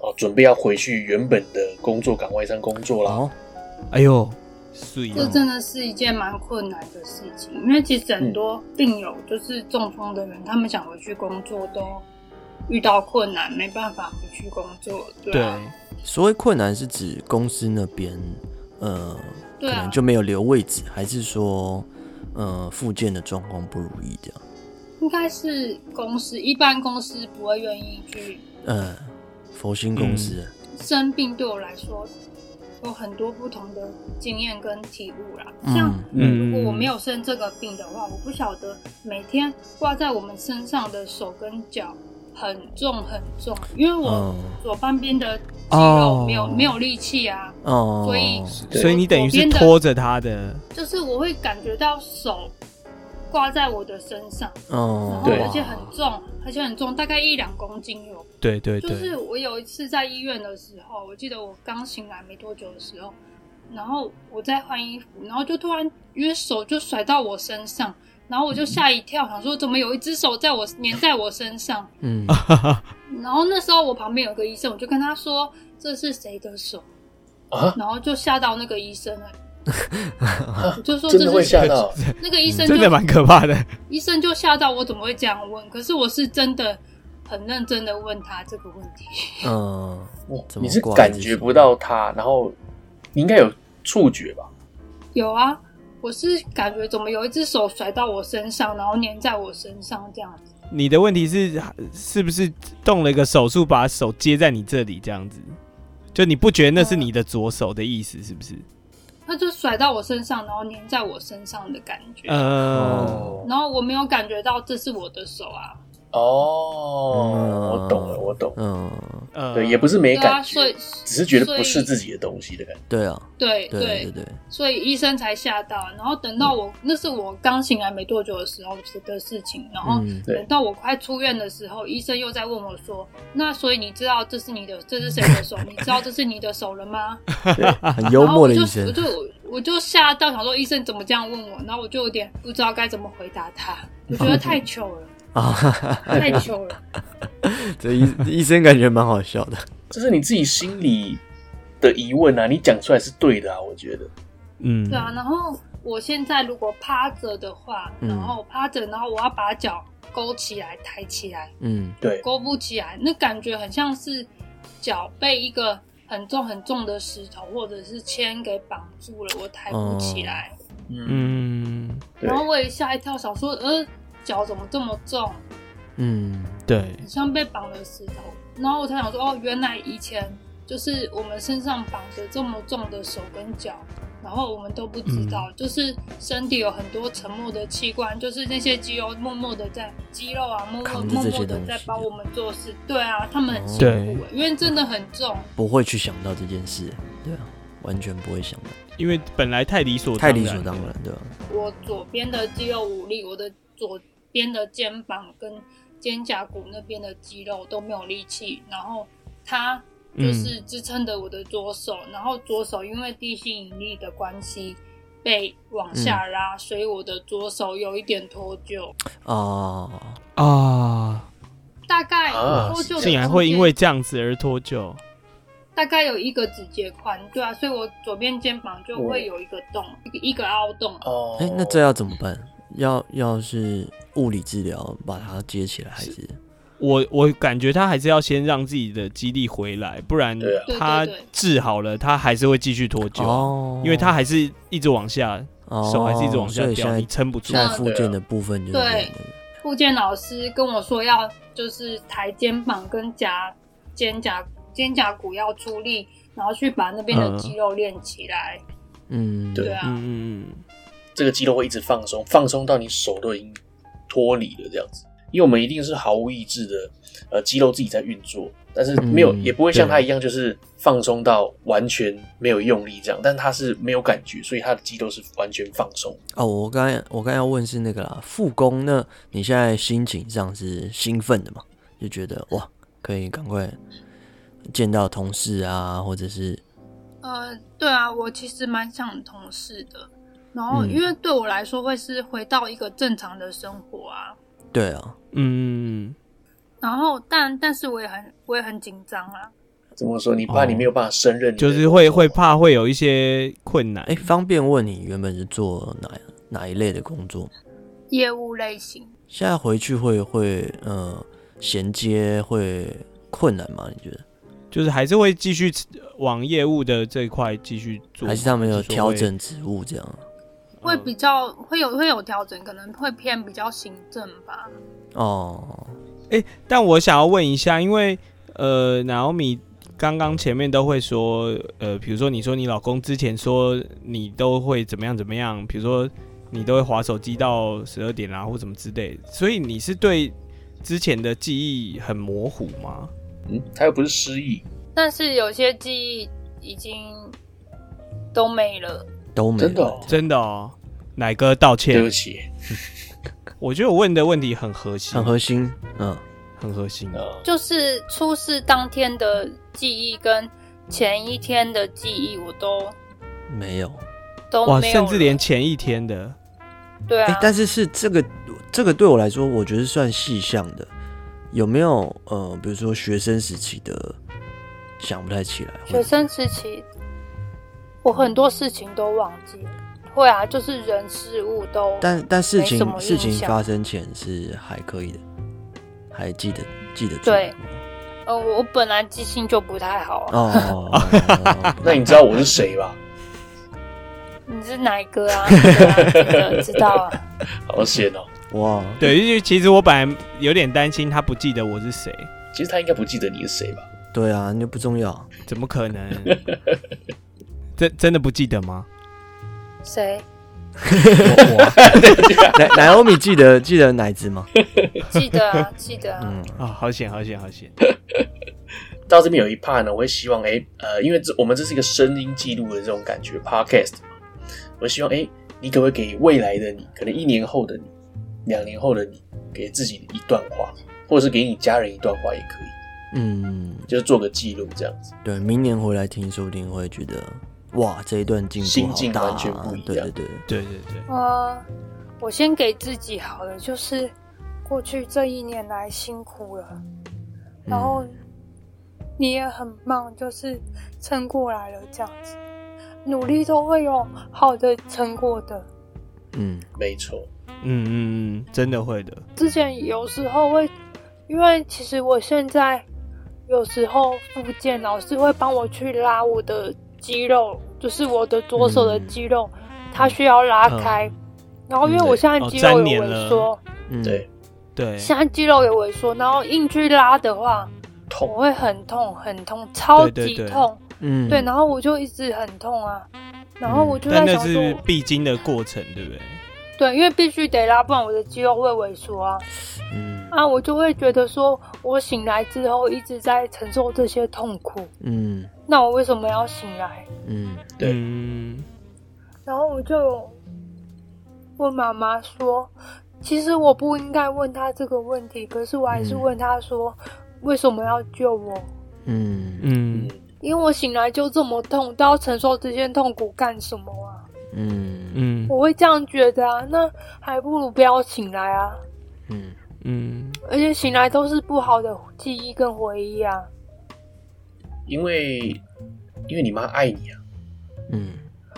Speaker 1: 哦准备要回去原本的工作岗位上工作啦。
Speaker 3: 哦，
Speaker 2: 哎呦，睡
Speaker 4: 这真的是一件蛮困难的事情，因为其实很多病友就是中风的人，他们想回去工作都遇到困难，没办法回去工作，对
Speaker 2: 对
Speaker 4: 啊，
Speaker 3: 所谓困难是指公司那边呃，可
Speaker 4: 对啊
Speaker 3: 能就没有留位置，还是说呃附件的状况不如意这样？
Speaker 4: 应该是公司一般公司不会愿意去
Speaker 3: 呃，佛心公司，
Speaker 4: 生病，对我来说有很多不同的经验跟体悟啦，
Speaker 3: 嗯
Speaker 4: 像。
Speaker 2: 嗯
Speaker 4: 如果我没有生这个病的话，我不晓得每天挂在我们身上的手跟脚很重很重，因为我
Speaker 3: 嗯
Speaker 4: 左半边的肌
Speaker 2: 哦
Speaker 4: 肉没有、没有力气啊，
Speaker 3: 哦，
Speaker 4: 所以
Speaker 1: 对
Speaker 2: 所以你等于
Speaker 4: 左
Speaker 2: 是
Speaker 4: 边的
Speaker 2: 拖着他的，
Speaker 4: 就是我会感觉到手挂在我的身上，然
Speaker 3: 哦，
Speaker 4: 后
Speaker 1: 对
Speaker 4: 而且很重，而且很重，大概一两公斤有。
Speaker 2: 对对
Speaker 4: 就
Speaker 2: 对，
Speaker 4: 是我有一次在医院的时候，我记得我刚醒来没多久的时候，然后我在换衣服，然后就突然因为手就甩到我身上，然后我就吓一跳，想说怎么有一只手在我粘在我身上。
Speaker 3: 嗯，
Speaker 4: 然后那时候我旁边有个医生，我就跟他说这是谁的手，
Speaker 1: 啊，
Speaker 4: 然后就吓到那个医生了。我 就说
Speaker 1: 真的
Speaker 4: 这
Speaker 1: 会
Speaker 4: 是谁
Speaker 1: 吓到，
Speaker 4: 那个医生就
Speaker 2: 真的蛮可怕的。
Speaker 4: 医生就吓到我怎么会这样问，可是我是真的很认真的问他这个问题。
Speaker 3: 嗯，
Speaker 1: 哇
Speaker 3: 怎么
Speaker 1: 你是
Speaker 3: 挂
Speaker 1: 感
Speaker 3: 这
Speaker 1: 觉
Speaker 3: 些
Speaker 1: 不到它，然后你应该有触觉吧？
Speaker 4: 有啊，我是感觉怎么有一只手甩到我身上，然后粘在我身上这样子。
Speaker 2: 你的问题是是不是动了一个手术，把手接在你这里这样子？就你不觉得那是你的左手的意思，是不是？
Speaker 4: 他就甩到我身上，然后粘在我身上的感觉。
Speaker 2: 呃，
Speaker 1: 哦
Speaker 4: 然后我没有感觉到这是我的手啊，
Speaker 1: 哦，我懂了，我懂。
Speaker 3: 嗯，
Speaker 2: 呃
Speaker 1: 对，也不是没
Speaker 4: 对啊，
Speaker 1: 感
Speaker 4: 所
Speaker 1: 觉
Speaker 4: 以，
Speaker 1: 只是觉得
Speaker 4: 所以
Speaker 1: 不是自己的东西的感觉。
Speaker 3: 对啊，
Speaker 4: 对
Speaker 3: 对对对，
Speaker 4: 所以医生才吓到。然后等到我，
Speaker 3: 嗯
Speaker 4: 那是我刚醒来没多久的时候的事情。然后
Speaker 3: 嗯
Speaker 1: 对
Speaker 4: 等到我快出院的时候，医生又在问我说：“那所以你知道这 是你的，这是谁的手？你知道这是你的手了吗？”
Speaker 3: 很幽
Speaker 4: 啊然后
Speaker 3: 默
Speaker 4: 我
Speaker 3: 的
Speaker 4: 就
Speaker 3: 医生
Speaker 4: 我，就我我就吓到，想说医生怎么这样问我，然后我就有点不知道该怎么回答他， 我觉得太糗 了，
Speaker 3: 啊，哈哈哈
Speaker 4: 太糗了。
Speaker 3: 这医医生感觉蛮好笑的。
Speaker 1: 这是你自己心里的疑问啊，你讲出来是对的啊，我觉得。
Speaker 2: 嗯，
Speaker 4: 对啊，然后我现在如果趴着的话，
Speaker 3: 嗯
Speaker 4: 然后趴着，然后我要把脚勾起来、抬起来，
Speaker 3: 嗯
Speaker 1: 对，
Speaker 4: 勾不起来，那感觉很像是脚被一个很重很重的石头或者是铅给绑住了，我抬不起来。
Speaker 1: 嗯，
Speaker 2: 嗯，
Speaker 1: 对
Speaker 4: 然，后我也吓一跳，想说，呃，脚怎么这么重，
Speaker 3: 嗯
Speaker 2: 对，
Speaker 4: 很像被绑了石头。然后我才想说，哦，原来以前就是我们身上绑着这么重的手跟脚，然后我们都不知
Speaker 3: 嗯
Speaker 4: 道，就是身体有很多沉默的器官，就是那些肌肉啊默默的在肌肉啊，默默
Speaker 3: 扛着
Speaker 4: 默
Speaker 3: 这些
Speaker 4: 默
Speaker 3: 东
Speaker 4: 的
Speaker 3: 西
Speaker 4: 在帮我们做事。对啊，他们很辛
Speaker 2: 对
Speaker 4: 苦、因为真的很重。
Speaker 3: 不会去想到这件事，对啊，完全不会想到，
Speaker 2: 因为本来太理所
Speaker 3: 太
Speaker 2: 当
Speaker 3: 理所
Speaker 2: 然
Speaker 3: 当
Speaker 2: 了
Speaker 3: 然，对啊吧、
Speaker 4: 我左边的肌肉无力，我的左边的肩膀跟肩胛骨那边的肌肉都没有力气，然后它
Speaker 2: 嗯
Speaker 4: 就是支撑着我的左手，然后左手因为地心引力的关系被往下
Speaker 2: 嗯
Speaker 4: 拉，所以我的左手有一点脱臼，
Speaker 3: 哦，
Speaker 2: 啊，
Speaker 4: 大概
Speaker 1: 啊
Speaker 4: 脱臼的
Speaker 2: 竟然会
Speaker 4: 空间
Speaker 2: 因为这样子而脱臼，
Speaker 4: 大概有一个指节宽，对啊，所以我左边肩膀就会有一个洞，一个一个凹洞。
Speaker 1: 哦，
Speaker 3: 哎、那这要怎么办？要要是物理治疗把它接起来，还是
Speaker 2: 我我感觉他还是要先让自己的肌力回来，不然
Speaker 1: 对啊
Speaker 4: 对对
Speaker 2: 他
Speaker 4: 对
Speaker 2: 治好了，他还是会继续脱臼，
Speaker 3: 哦，
Speaker 2: 因为他还是一直往下，
Speaker 3: 哦
Speaker 2: 手还是一直往下
Speaker 3: 所以
Speaker 2: 掉，你
Speaker 3: 现在
Speaker 2: 撑不住
Speaker 3: 现。在
Speaker 4: 嗯
Speaker 3: 附件的部分就是这样的
Speaker 4: 复健老师跟我说要就是抬肩膀跟夹肩胛肩胛骨要出力，然后去把那边的肌肉练起来。
Speaker 3: 嗯，
Speaker 1: 对
Speaker 4: 对啊，
Speaker 2: 嗯嗯
Speaker 1: 这个肌肉会一直放松，放松到你手都已经脱离了这样子。因为我们一定是毫无意志的，呃，肌肉自己在运作，但是没有，
Speaker 3: 嗯
Speaker 1: 也不会像
Speaker 2: 对
Speaker 1: 他一样，就是放松到完全没有用力这样。但他是没有感觉，所以他的肌肉是完全放松。
Speaker 3: 哦，我刚才我刚才要问是那个啦，复工那你现在心情上是兴奋的吗？就觉得哇，可以赶快见到同事啊，或者是
Speaker 4: 呃，对啊，我其实蛮想同事的，然后
Speaker 3: 嗯
Speaker 4: 因为对我来说会是回到一个正常的生活啊。
Speaker 3: 对啊，
Speaker 2: 嗯嗯，
Speaker 4: 然后但但是我也很我也很紧张啊，
Speaker 1: 怎么说？你怕你没有办法胜任你的
Speaker 2: 哦就
Speaker 1: 工作，
Speaker 2: 是会会怕会有一些困难
Speaker 3: 哎、。方便问你原本是做哪哪一类的工作吗？
Speaker 4: 业务类型。
Speaker 3: 现在回去会会呃衔接会困难吗？你觉得？
Speaker 2: 就是还是会继续往业务的这一块继续做，
Speaker 3: 还是他们有
Speaker 2: 还是说
Speaker 3: 调
Speaker 2: 会？
Speaker 3: 整职务这样？
Speaker 4: 会比较会有会有调整，可能会偏比较行政吧。
Speaker 3: 哦，
Speaker 2: 但我想要问一下，因为呃，Naomi 刚刚前面都会说，呃，比如说你说你老公之前说你都会怎么样怎么样，比如说你都会划手机到十二点啊，或什么之类的，所以你是对之前的记忆很模糊吗？
Speaker 1: 嗯，他又不是失忆，
Speaker 4: 但是有些记忆已经都没了。
Speaker 2: 嗯
Speaker 3: 都没
Speaker 1: 真的
Speaker 3: 有。
Speaker 1: 哦、
Speaker 2: 真的哦，奶哥道
Speaker 1: 对
Speaker 2: 歉
Speaker 1: 不，起
Speaker 2: 我觉得我问的问题很核心，
Speaker 3: 很核心，嗯，
Speaker 2: 很核心
Speaker 1: 啊、
Speaker 4: 就是出事当天的记忆跟前一天的记忆，我都
Speaker 3: 没有。
Speaker 4: 都
Speaker 2: 哇，
Speaker 4: 没有
Speaker 2: 甚
Speaker 4: 了。
Speaker 2: 至连前一天的，
Speaker 4: 对
Speaker 3: 哎、
Speaker 4: 啊，
Speaker 3: 但是是这个这个对我来说，我觉得算细项的。有没有呃，比如说学生时期的想不太起来，或
Speaker 4: 学
Speaker 3: 者
Speaker 4: 生时期，我很多事情都忘记。会啊，就是人事物都。
Speaker 3: 但但事
Speaker 4: 没什
Speaker 3: 情
Speaker 4: 么
Speaker 3: 事情
Speaker 4: 印象
Speaker 3: 发生前是还可以的，还记得记得住。
Speaker 4: 对呃，我我本来记性就不太好啊。
Speaker 3: 哦，
Speaker 1: 那你知道我是谁吧？
Speaker 4: 你是哪一个啊？ 对啊真的知道啊。
Speaker 1: 好险哦！
Speaker 3: 哇，
Speaker 2: 对，因为其实我本来有点担心他不记得我是谁，
Speaker 1: 其实他应该不记得你是谁吧？
Speaker 3: 对啊，那不 重要。
Speaker 2: 怎么可能？ 真真的不记得吗？
Speaker 4: 谁
Speaker 3: 奶奶欧米记得记得奶子吗？
Speaker 4: 记 得啊？记得啊。
Speaker 3: 嗯，
Speaker 2: 啊、好险，好险，好险！
Speaker 1: 到这边有一 part 呢，我会希望哎、诶呃，因为这我们这是一个声音记录的这种感觉 podcast 嘛，我希望哎、诶你可不可以给未来的你，可能一年后的你，两年后的你，给自己一段话，或者是给你家人一段话也可以，
Speaker 3: 嗯，
Speaker 1: 就是做个记录这样子。
Speaker 3: 对，明年回来听，说不定会觉得哇，这一段进步
Speaker 1: 心
Speaker 3: 好
Speaker 1: 境
Speaker 3: 大、啊，
Speaker 1: 完全不一
Speaker 3: 对
Speaker 1: 样
Speaker 3: 对对，嗯
Speaker 2: 对对对，
Speaker 4: 呃，我先给自己好了，就是过去这一年来辛苦了，然后
Speaker 2: 嗯
Speaker 4: 你也很棒，就是撑过来了这样子，努力都会有好的成果的。
Speaker 3: 嗯
Speaker 1: 没错，
Speaker 2: 嗯嗯嗯，真的会的，
Speaker 4: 之前有时候会，因为其实我现在有时候复健老师会帮我去拉我的肌肉，就是我的左手
Speaker 2: 嗯
Speaker 4: 的肌肉，它需要拉开。然后因
Speaker 2: 嗯
Speaker 4: 为我现在
Speaker 2: 哦
Speaker 4: 肌肉有萎缩，
Speaker 3: 嗯，
Speaker 1: 对，
Speaker 2: 对，
Speaker 4: 现在肌肉有萎缩，然后硬去拉的话，我
Speaker 1: 痛
Speaker 4: 会很痛很痛，超级
Speaker 2: 对对
Speaker 4: 痛。
Speaker 3: 嗯
Speaker 4: 对，然后我就一直很痛啊，然后我就
Speaker 2: 嗯
Speaker 4: 在
Speaker 2: 但那
Speaker 4: 想说，
Speaker 2: 是必经的过程，对不对？
Speaker 4: 对，因为必须得拉，不然我的肌肉会萎缩啊。
Speaker 3: 嗯
Speaker 4: 啊，我就会觉得说，我醒来之后一直在承受这些痛苦，
Speaker 3: 嗯
Speaker 4: 那我为什么要醒来？
Speaker 3: 嗯
Speaker 1: 对
Speaker 2: 嗯
Speaker 4: 然后我就有问妈妈说，其实我不应该问她这个问题，可是我还是
Speaker 2: 嗯
Speaker 4: 问她说，为什么要救我？
Speaker 3: 嗯
Speaker 2: 嗯
Speaker 4: 因为我醒来就这么痛，都要承受这些痛苦干什么啊？
Speaker 3: 嗯
Speaker 2: 嗯
Speaker 4: 我会这样觉得啊，那还不如不要醒来啊，
Speaker 3: 嗯
Speaker 2: 嗯
Speaker 4: 而且醒来都是不好的记忆跟回忆啊。
Speaker 1: 因为因为你妈爱你啊，
Speaker 3: 嗯，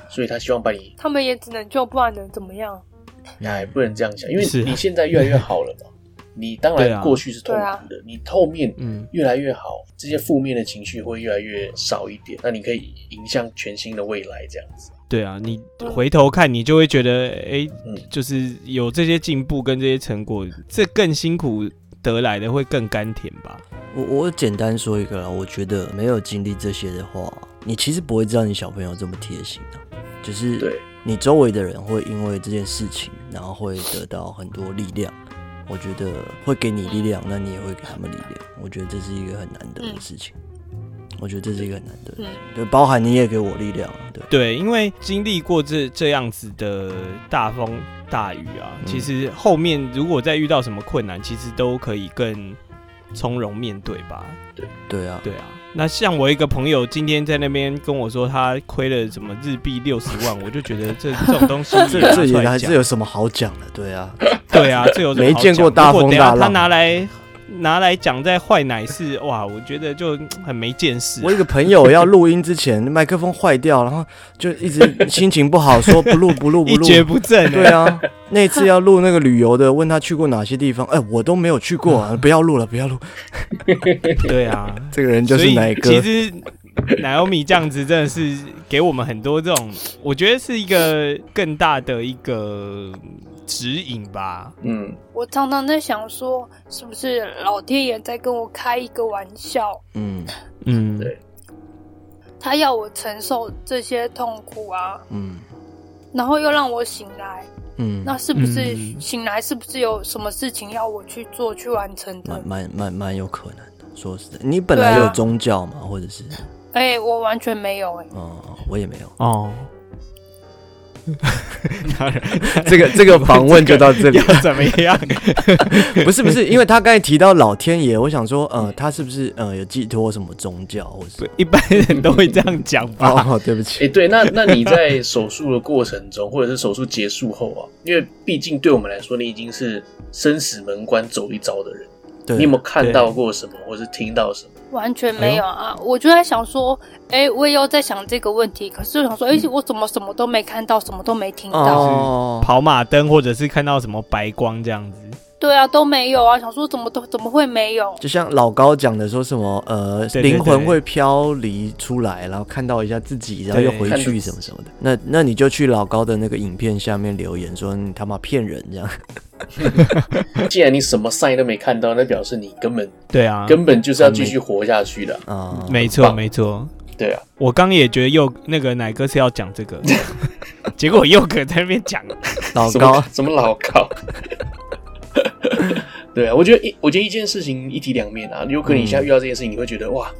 Speaker 1: 所以她希望把你，
Speaker 4: 他们也只能救，不然能怎么样？
Speaker 1: 哎，不能这样想，因为
Speaker 2: 是啊
Speaker 1: 你现在越来越好 了嘛。你当
Speaker 2: 对
Speaker 1: 然
Speaker 2: 啊
Speaker 1: 过去是痛
Speaker 4: 对啊
Speaker 1: 苦的，你后面
Speaker 2: 嗯
Speaker 1: 越来越好，这些负面的情绪会越来越少一点，那你可以迎向全新的未来，这样子。
Speaker 2: 对啊，你回头看，你就会觉得，哎、
Speaker 1: 嗯
Speaker 2: 就是有这些进步跟这些成果，这更辛苦得来的会更甘甜吧？
Speaker 3: 我我简单说一个啦，我觉得没有经历这些的话，你其实不会知道你小朋友这么贴心的、就是
Speaker 1: 对，
Speaker 3: 你周围的人会因为这件事情，然后会得到很多力量。我觉得会给你力量，那你也会给他们力量。我觉得这是一个很难得的事情。我觉得这是一个很难得的，
Speaker 5: 嗯
Speaker 3: 对，包含你也给我力量，对，
Speaker 2: 对，因为经历过这这样子的大风大雨啊，
Speaker 3: 嗯
Speaker 2: 其实后面如果再遇到什么困难，其实都可以更从容面对吧？
Speaker 3: 对啊，
Speaker 2: 对啊，那像我一个朋友今天在那边跟我说他亏了什么日币六十万，我就觉得这这种东西
Speaker 3: 这
Speaker 2: 拿
Speaker 3: 这
Speaker 2: 出
Speaker 3: 也
Speaker 2: 来
Speaker 3: 还
Speaker 2: 讲
Speaker 3: 是有什么好讲的，对啊，
Speaker 2: 对啊，这有什么
Speaker 3: 没
Speaker 2: 好
Speaker 3: 见过
Speaker 2: 讲
Speaker 3: 大
Speaker 2: 如果
Speaker 3: 风
Speaker 2: 等下
Speaker 3: 大
Speaker 2: 他
Speaker 3: 浪
Speaker 2: 拿来拿来讲在坏奶是哇，我觉得就很没见识啊、
Speaker 3: 我一个朋友要录音之前，麦克风坏掉，然后就一直心情不好，说不录不录不
Speaker 2: 一
Speaker 3: 录。
Speaker 2: 蹶不振、欸
Speaker 3: 对，啊，那次要录那个旅游的，问他去过哪些地方，哎、我都没有去过、啊，不要录了，不要录。
Speaker 2: 对 啊，
Speaker 3: 这个人就
Speaker 2: 所
Speaker 3: 是
Speaker 2: 以
Speaker 3: 奶
Speaker 2: 其
Speaker 3: 哥，
Speaker 2: 实奶欧米这样子真的是给我们很多这种，我觉得是一个更大的一个指引吧。
Speaker 1: 嗯，
Speaker 4: 我常常在想说，是不是老天爷在跟我开一个玩笑？
Speaker 3: 嗯
Speaker 2: 嗯
Speaker 1: 对
Speaker 4: 他要我承受这些痛苦啊，
Speaker 3: 嗯
Speaker 4: 然后又让我醒来，
Speaker 3: 嗯，
Speaker 4: 那是不是
Speaker 2: 嗯。
Speaker 4: 醒来是不是有什么事情要我去做去完成的
Speaker 3: 蛮？蛮蛮蛮有可能的。说实在，你本来
Speaker 4: 对
Speaker 3: 有
Speaker 4: 啊
Speaker 3: 宗教嘛，或者是，
Speaker 4: 哎、我完全没有哎、
Speaker 3: 哦、我也没有
Speaker 2: 哦。当然
Speaker 3: 这个这个访问就到这里
Speaker 2: 要。怎么样？
Speaker 3: 不是不是，因为他刚才提到老天爷，我想说，呃，他是不是呃有寄托什么宗教，或 是？
Speaker 2: 一般人都会这样讲吧。
Speaker 3: 哦，对不
Speaker 1: 诶，
Speaker 3: 起，
Speaker 1: 对，那那你在 手术的过程中，或者是手术结束后啊，因为毕竟对我们来说，你已经是生死门关走一遭的人，
Speaker 3: 对，
Speaker 1: 你有没有看到过什么，或是听到什么？
Speaker 4: 完全没有啊！我就在想说，哎、我也有在想这个问题，可是我想说，哎、我怎么什么都没看到，什么都没听到？
Speaker 3: 哦，
Speaker 2: 跑马灯，或者是看到什么白光这样子。
Speaker 4: 对啊，都没有啊！想说怎么都怎么会没有？
Speaker 3: 就像老高讲的，说什么呃，
Speaker 2: 对对
Speaker 3: 灵魂会飘离出来，然后看到一下自己，然后又回去什么什么的。那那你就去老高的那个影片下面留言说你他妈骗人这样。
Speaker 1: 既然你什么 sign 都没看到，那表示你根本
Speaker 2: 对啊，
Speaker 1: 根本就是要继续活下去的啊、
Speaker 3: 啊、
Speaker 2: 没错没错。
Speaker 1: 对啊，
Speaker 2: 我刚也觉得佑那个奶哥是要讲这个，结果佑哥在那边讲，
Speaker 3: 老
Speaker 1: 什么
Speaker 3: 高，
Speaker 1: 什么老高。 对啊，我觉得一，我觉得一件事情一体两面啊，有可能你现在遇到这件事情，你会觉得哇，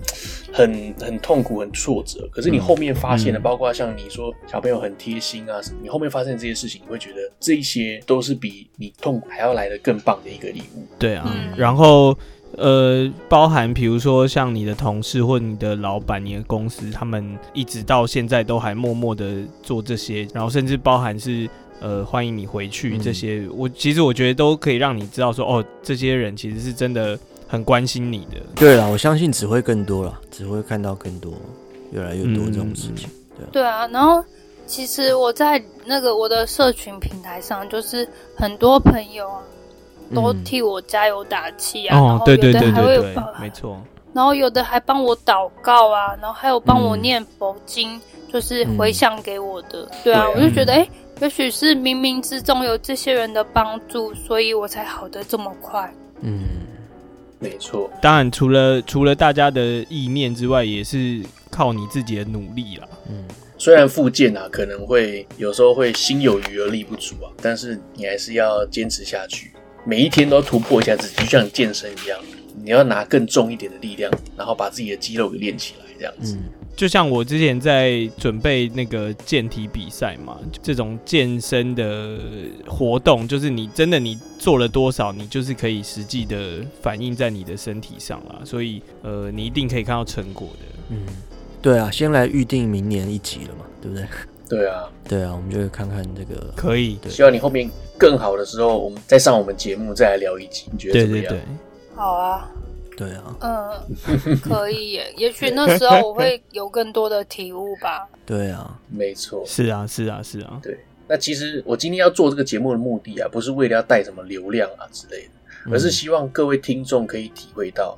Speaker 1: 很很痛苦，很挫折。可是你后面发现了，
Speaker 2: 嗯
Speaker 1: 包括像你说小朋友很贴心啊什么，你后面发现这些事情，你会觉得这一些都是比你痛苦还要来的更棒的一个礼物。
Speaker 2: 对啊，
Speaker 4: 嗯
Speaker 2: 然后呃，包含比如说像你的同事或你的老板、你的公司，他们一直到现在都还默默的做这些，然后甚至包含是呃欢迎你回去
Speaker 3: 嗯
Speaker 2: 这些，我其实我觉得都可以让你知道说，哦，这些人其实是真的很关心你的。
Speaker 3: 对了，我相信只会更多了，只会看到更多，越来越多
Speaker 2: 嗯
Speaker 3: 这种事情。
Speaker 6: 对啊，然后其实我在那个我的社群平台上，就是很多朋友啊，都
Speaker 3: 嗯
Speaker 6: 替我加油打气啊，然
Speaker 2: 哦，
Speaker 6: 后
Speaker 2: 对
Speaker 6: 有
Speaker 2: 对
Speaker 6: 的
Speaker 2: 对
Speaker 6: 还会
Speaker 2: 对对
Speaker 6: 帮，
Speaker 2: 没错，
Speaker 6: 然后有的还帮我祷告啊，然后还有帮我
Speaker 3: 嗯
Speaker 6: 念佛经，就是
Speaker 2: 嗯
Speaker 6: 回向给我的。对啊，
Speaker 1: 对啊
Speaker 6: 我就觉得，哎、也许是冥冥之中有这些人的帮助，所以我才好的这么快。
Speaker 3: 嗯，
Speaker 1: 没错，
Speaker 2: 当然除了除了大家的意念之外，也是靠你自己的努力啦。
Speaker 3: 嗯
Speaker 1: 虽然复健啊可能会有时候会心有余而力不足啊，但是你还是要坚持下去，每一天都要突破一下自己，就像健身一样，你要拿更重一点的力量，然后把自己的肌肉给练起来，这样子。
Speaker 3: 嗯
Speaker 2: 就像我之前在准备那个健体比赛嘛，这种健身的活动，就是你真的你做了多少，你就是可以实际的反映在你的身体上啦。所以呃，你一定可以看到成果的。
Speaker 3: 嗯，对啊，先来预定明年一集了嘛，对不对？
Speaker 1: 对啊，
Speaker 3: 对啊，我们就看看这个。
Speaker 2: 可以，
Speaker 3: 对
Speaker 1: 希望你后面更好的时候，我们再上我们节目再来聊一集，你觉得
Speaker 2: 对
Speaker 1: 怎么
Speaker 2: 对
Speaker 1: 样？
Speaker 2: 对，
Speaker 6: 好啊，
Speaker 3: 对啊，
Speaker 6: 嗯，可 以耶，也许那时候我会有更多的体悟 吧。
Speaker 3: 对啊，
Speaker 1: 没错。
Speaker 2: 是啊是啊是啊，
Speaker 1: 那其实我今天要做这个节目的目的啊，不是为了要带什么流量啊之类的。
Speaker 3: 嗯
Speaker 1: 而是希望各位听众可以体会到，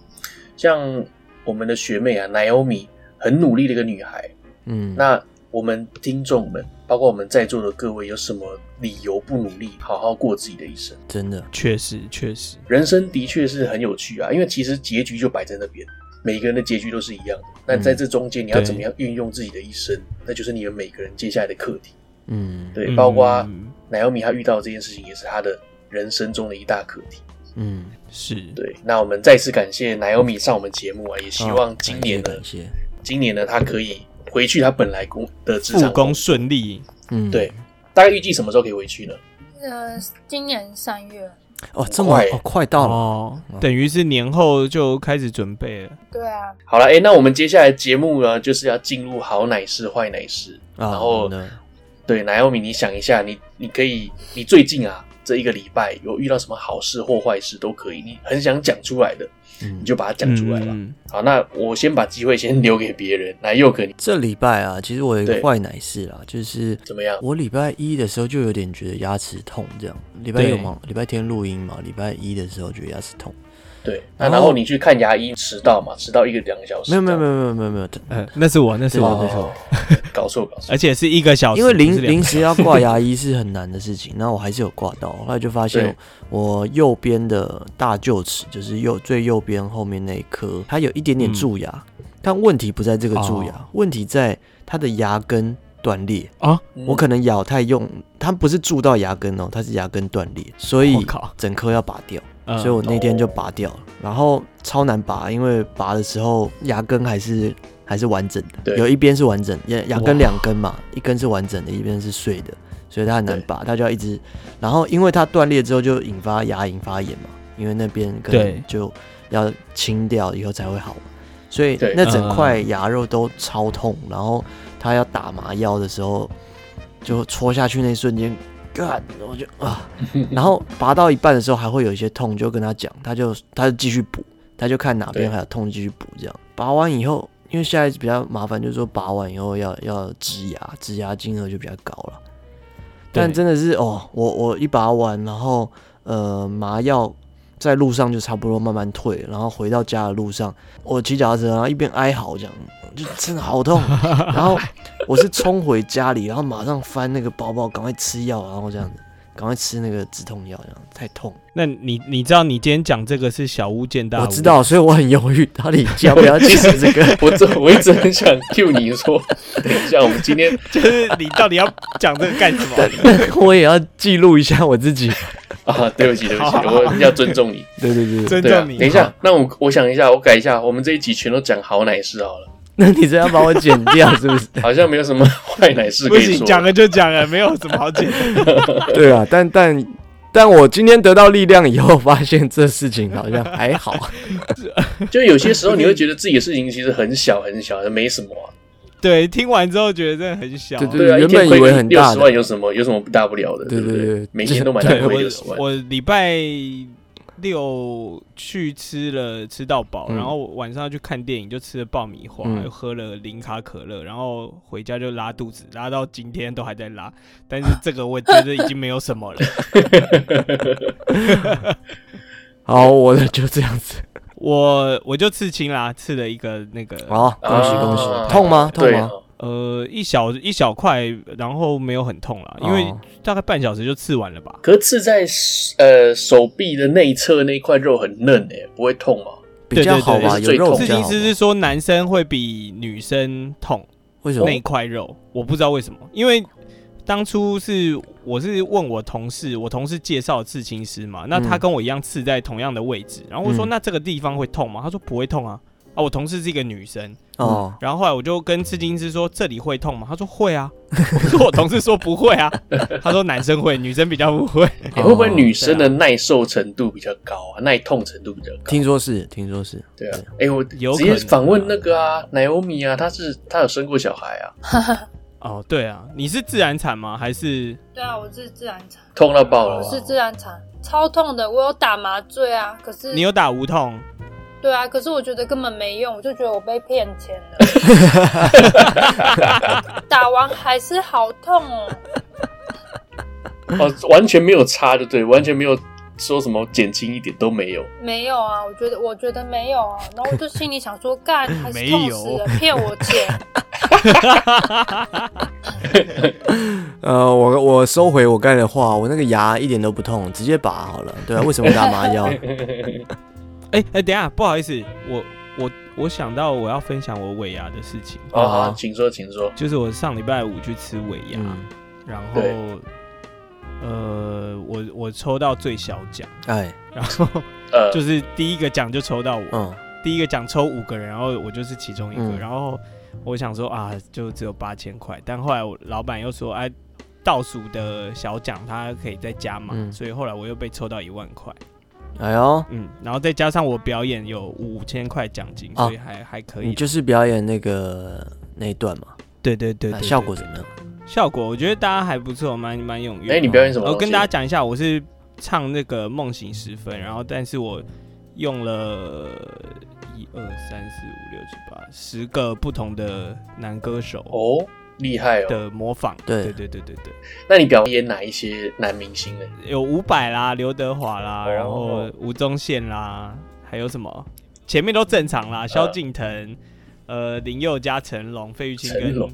Speaker 1: 像我们的学妹啊，Naomi 很努力的一个女孩。
Speaker 3: 嗯，
Speaker 1: 那我们听众们，包括我们在座的各位，有什么理由不努力，好好过自己的一生？
Speaker 3: 嗯真的，
Speaker 2: 确实确实，
Speaker 1: 人生的确是很有趣啊，因为其实结局就摆在那边，每个人的结局都是一样
Speaker 3: 嗯
Speaker 1: 的。那在这中间，你要
Speaker 2: 对
Speaker 1: 怎么样运用自己的一生，那就是你们每个人接下来的课题。
Speaker 3: 嗯，
Speaker 1: 对，包括
Speaker 2: 嗯、
Speaker 1: Naomi 她遇到这件事情，也是她的人生中的一大课题。
Speaker 3: 嗯，
Speaker 2: 是，
Speaker 1: 对，那我们再次感谢 Naomi 上我们节目啊，也希望今年呢，
Speaker 3: 哦感谢，感谢
Speaker 1: 今年呢，她可以回去她本来工的职
Speaker 2: 复
Speaker 1: 场
Speaker 2: 工。顺利。
Speaker 3: 嗯，
Speaker 1: 对，大概预计什么时候可以回去呢？
Speaker 6: 呃，今年三月，
Speaker 3: 哦，这么
Speaker 1: 快
Speaker 3: 哦快到了，
Speaker 2: 哦，
Speaker 1: 嗯
Speaker 2: 等于是年后就开始准备了。
Speaker 6: 对啊，
Speaker 1: 好了，哎、那我们接下来节目呢，就是要进入好奶师坏奶师。
Speaker 3: 啊
Speaker 1: 然后
Speaker 3: 好的
Speaker 1: 对，Naomi，你想一下，你你可以，你最近啊这一个礼拜有遇到什么好事或坏事都可以，你很想讲出来的，
Speaker 3: 嗯
Speaker 1: 你就把它讲出来吧。
Speaker 2: 嗯
Speaker 1: 好，那我先把机会先留给别人，来佑哥你
Speaker 3: 这礼拜啊，其实我有一个
Speaker 1: 对
Speaker 3: 坏奶事啦，就是
Speaker 1: 怎么样？
Speaker 3: 我礼拜一的时候就有点觉得牙齿痛，这样。礼拜一有吗？礼拜天录音嘛，礼拜一的时候觉得牙齿痛。
Speaker 1: 对，那
Speaker 3: 然
Speaker 1: 然
Speaker 3: 后
Speaker 1: 后你去看牙医，迟到嘛，迟到一个两个小时
Speaker 3: 没
Speaker 1: 这
Speaker 3: 有
Speaker 1: 样。
Speaker 3: 没有没有没有没有没有，
Speaker 2: 呃，那是我，那是我，
Speaker 3: 对
Speaker 2: 那
Speaker 3: 对
Speaker 2: 是我，
Speaker 1: 哦，搞错搞
Speaker 3: 哎
Speaker 1: 错
Speaker 2: 而。且是一个小时，
Speaker 3: 因为
Speaker 2: 不
Speaker 3: 临
Speaker 2: 哦是两
Speaker 3: 临
Speaker 2: 个
Speaker 3: 时要挂牙医是很难的事情，那我还是有挂到。后来就发现
Speaker 1: 对
Speaker 3: 我右边的大臼齿，就是右最右边后面那一颗，它有一点点蛀牙，但问题不在这个蛀牙，
Speaker 2: 嗯哦
Speaker 3: 问题在它的牙根断裂。
Speaker 2: 啊，
Speaker 1: 嗯
Speaker 3: 我可能咬太用，它不是蛀到牙根哦，它是牙根断裂，所以
Speaker 2: 我靠
Speaker 3: 整颗要拔掉。
Speaker 2: 呃
Speaker 3: 所以我那天就拔掉了，然后超难拔，因为拔的时候牙根还是还是完整的，
Speaker 1: 对
Speaker 3: 有一边是完整，牙牙根
Speaker 2: 哇
Speaker 3: 两根嘛，一根是完整的，一边是碎的，所以它很难拔，它就要一直，然后因为它断裂之后就引发牙龈发炎嘛，因为那边可
Speaker 2: 对
Speaker 3: 能就要清掉以后才会好，所以
Speaker 1: 对
Speaker 3: 那整
Speaker 2: 嗯
Speaker 3: 块牙肉都超痛，然后他要打麻药的时候，就戳下去那一瞬间，干，我就 啊，然后拔到一半的时候还会有一些痛，就跟他讲，他就他就继续补，他就看哪边
Speaker 1: 对。
Speaker 3: 还有痛继续补这样。拔完以后，因为现在比较麻烦，就是说拔完以后要要植牙，植牙金额就比较高了。但
Speaker 2: 对
Speaker 3: 真的是哦，我我一拔完，然后呃麻药在路上就差不多慢慢退，然后回到家的路上，我骑脚踏车，然后一边哀嚎这样，就真的好痛。 然后我是冲回家里，然后马上翻那个包包，赶快吃药，然后这样子，赶快吃那个止痛药，这样太痛。
Speaker 2: 那你你知道你今天讲这个是小巫见大巫，
Speaker 3: 我知道，所以我很犹豫，到底要不要讲这个
Speaker 1: 我这我一直很想 Q 你说， 等一下我们今天
Speaker 2: 就是你到底要讲这个干什么？
Speaker 3: 我也要记录一下我自 己。
Speaker 1: 啊，对不起对不起，我要尊重你。
Speaker 3: 对对对对，
Speaker 2: 尊
Speaker 1: 对啊
Speaker 2: 重，你。
Speaker 1: 等一下，那我我想一下，我改一下，我们这一集全都讲好奶事好了，
Speaker 3: 那你这要把我剪掉是 不是？
Speaker 1: 好像没有什么坏奶事
Speaker 2: 不
Speaker 1: 可以
Speaker 2: 行，
Speaker 1: 说。
Speaker 2: 讲了就讲了，没有什么好讲。
Speaker 3: 对啊，但但但我今天得到力量以后，发现这事情好像还好。
Speaker 1: 就有些时候你会觉得自己的事情其实很小很小，没什么啊、
Speaker 2: 对，听完之后觉得真的很小。
Speaker 3: 对
Speaker 1: 对啊，
Speaker 3: 原
Speaker 1: 一天
Speaker 3: 本以
Speaker 1: 亏
Speaker 3: 为很
Speaker 1: 六
Speaker 3: 大
Speaker 1: 十万有什么有什么大不了的？
Speaker 3: 对
Speaker 1: 不
Speaker 3: 对对
Speaker 1: 对
Speaker 3: 对，
Speaker 1: 每天都买
Speaker 3: 对
Speaker 1: 单亏
Speaker 2: 我
Speaker 1: 六十万。
Speaker 2: 我礼拜六去吃了吃到饱，
Speaker 3: 嗯
Speaker 2: 然后晚上去看电影就吃了爆米花，
Speaker 3: 嗯
Speaker 2: 又喝了零卡可乐，然后回家就拉肚子，拉到今天都还在拉。但是这个我觉得已经没有什 么了。
Speaker 3: 好，我的就这样子。
Speaker 2: 我我就刺青啦，刺了一个那个
Speaker 3: 好，恭喜
Speaker 1: 啊
Speaker 3: 恭喜！痛吗？痛
Speaker 1: 对啊
Speaker 3: 吗？，
Speaker 2: 呃一小一小块，然后没有很痛啦，因为
Speaker 3: 哦
Speaker 2: 大概半小时就刺完了吧。
Speaker 1: 可是刺在呃手臂的内侧那一块肉很嫩诶、不会痛吗？
Speaker 3: 比较
Speaker 2: 对对对
Speaker 3: 好吧，
Speaker 1: 是
Speaker 3: 有
Speaker 1: 最
Speaker 3: 肉
Speaker 1: 痛
Speaker 2: 刺
Speaker 3: 比
Speaker 1: 的
Speaker 3: 较
Speaker 2: 青
Speaker 3: 好
Speaker 2: 师
Speaker 3: 吧。
Speaker 2: 是说男生会比女生痛。
Speaker 3: 为什么？
Speaker 2: 那一块肉，我不知道为什么，因为当初是我是问我同事，我同事介绍刺青师嘛，那他
Speaker 3: 嗯
Speaker 2: 跟我一样刺在同样的位置，然后我说、
Speaker 3: 嗯
Speaker 2: 那这个地方会痛吗？他说不会痛啊。啊，我同事是一个女生，
Speaker 3: 哦，
Speaker 2: 然后后来我就跟刺青师说这里会痛吗？他说会啊。我说我同事说不会啊，他说男生会，女生比较不会。
Speaker 1: 欸会不会女生的耐受程度比较高啊？耐痛程度比较高？
Speaker 3: 听说是，听说是。
Speaker 1: 对啊，哎、我
Speaker 2: 有
Speaker 1: 直
Speaker 2: 可能
Speaker 1: 接
Speaker 2: 啊
Speaker 1: 访问那个啊，奶欧米啊，她是她有生过小孩啊，
Speaker 2: 哦，对啊，你是自然产吗？还是
Speaker 4: 对啊，我是自然产，
Speaker 1: 痛到爆
Speaker 4: 我
Speaker 2: 哦
Speaker 1: 了
Speaker 4: 是
Speaker 1: 吧。
Speaker 4: 自然产，超痛的。我有打麻醉啊，可是
Speaker 2: 你有打无痛？
Speaker 4: 对啊，可是我觉得根本没用，我就觉得我被骗钱 了。打完还是好痛哦，
Speaker 1: 哦，完全没有差，就对，完全没有说什么减轻一点都没有。
Speaker 4: 没有啊，我觉得我觉得没有啊，然后我就心里想说， 干还是
Speaker 2: 没
Speaker 4: 痛
Speaker 2: 有
Speaker 4: 死了，骗我钱。
Speaker 3: 呃，我我收回我刚才的话，我那个牙一点都不痛，直接拔好了。 对啊，为什么打麻药？
Speaker 2: 哎、哎、等一下，不好意思，我我我想到我要分享我尾牙的事情。
Speaker 1: 哦，好，
Speaker 3: 哦
Speaker 1: 请说，请说。
Speaker 2: 就是我上礼拜五去吃尾牙，
Speaker 3: 嗯，
Speaker 2: 然后
Speaker 1: 对
Speaker 2: 呃，我我抽到最小奖，
Speaker 3: 哎，
Speaker 2: 然后
Speaker 1: 呃，
Speaker 2: 就是第一个奖就抽到我，
Speaker 3: 嗯，
Speaker 2: 第一个奖抽五个人，然后我就是其中一个，
Speaker 3: 嗯
Speaker 2: 然后我想说啊，就只有八千块，但后来我老板又说，哎、倒数的小奖他可以再加嘛，
Speaker 3: 嗯
Speaker 2: 所以后来我又被抽到一万块，
Speaker 3: 哎呦，
Speaker 2: 嗯，然后再加上我表演有五千块奖金，
Speaker 3: 啊
Speaker 2: 所以还、还可以
Speaker 3: 你
Speaker 2: 啦，
Speaker 3: 就是表演那个那一段嘛，
Speaker 2: 对对对
Speaker 3: 那
Speaker 2: 对
Speaker 3: 啊效
Speaker 2: 对
Speaker 3: 果怎么样？
Speaker 2: 效果，我觉得大家还不错，蛮蛮踊跃的。
Speaker 1: 哎、你表演什么
Speaker 2: 我
Speaker 1: 东西？
Speaker 2: 跟大家讲一下，我是唱那个《梦醒时分》，然后但是我用了一二三四五六七八十个不同的男歌手
Speaker 1: 哦，厉害哦。
Speaker 2: 的模仿，
Speaker 3: 对
Speaker 2: 对对对对对，
Speaker 1: 那你表演哪一些男明星呢？
Speaker 2: 有伍佰啦、刘德华啦，
Speaker 1: 哦
Speaker 2: 然后吴宗宪啦，还有什么？前面都正常啦，萧敬腾、呃林宥嘉、成龙、费玉清
Speaker 1: 成龙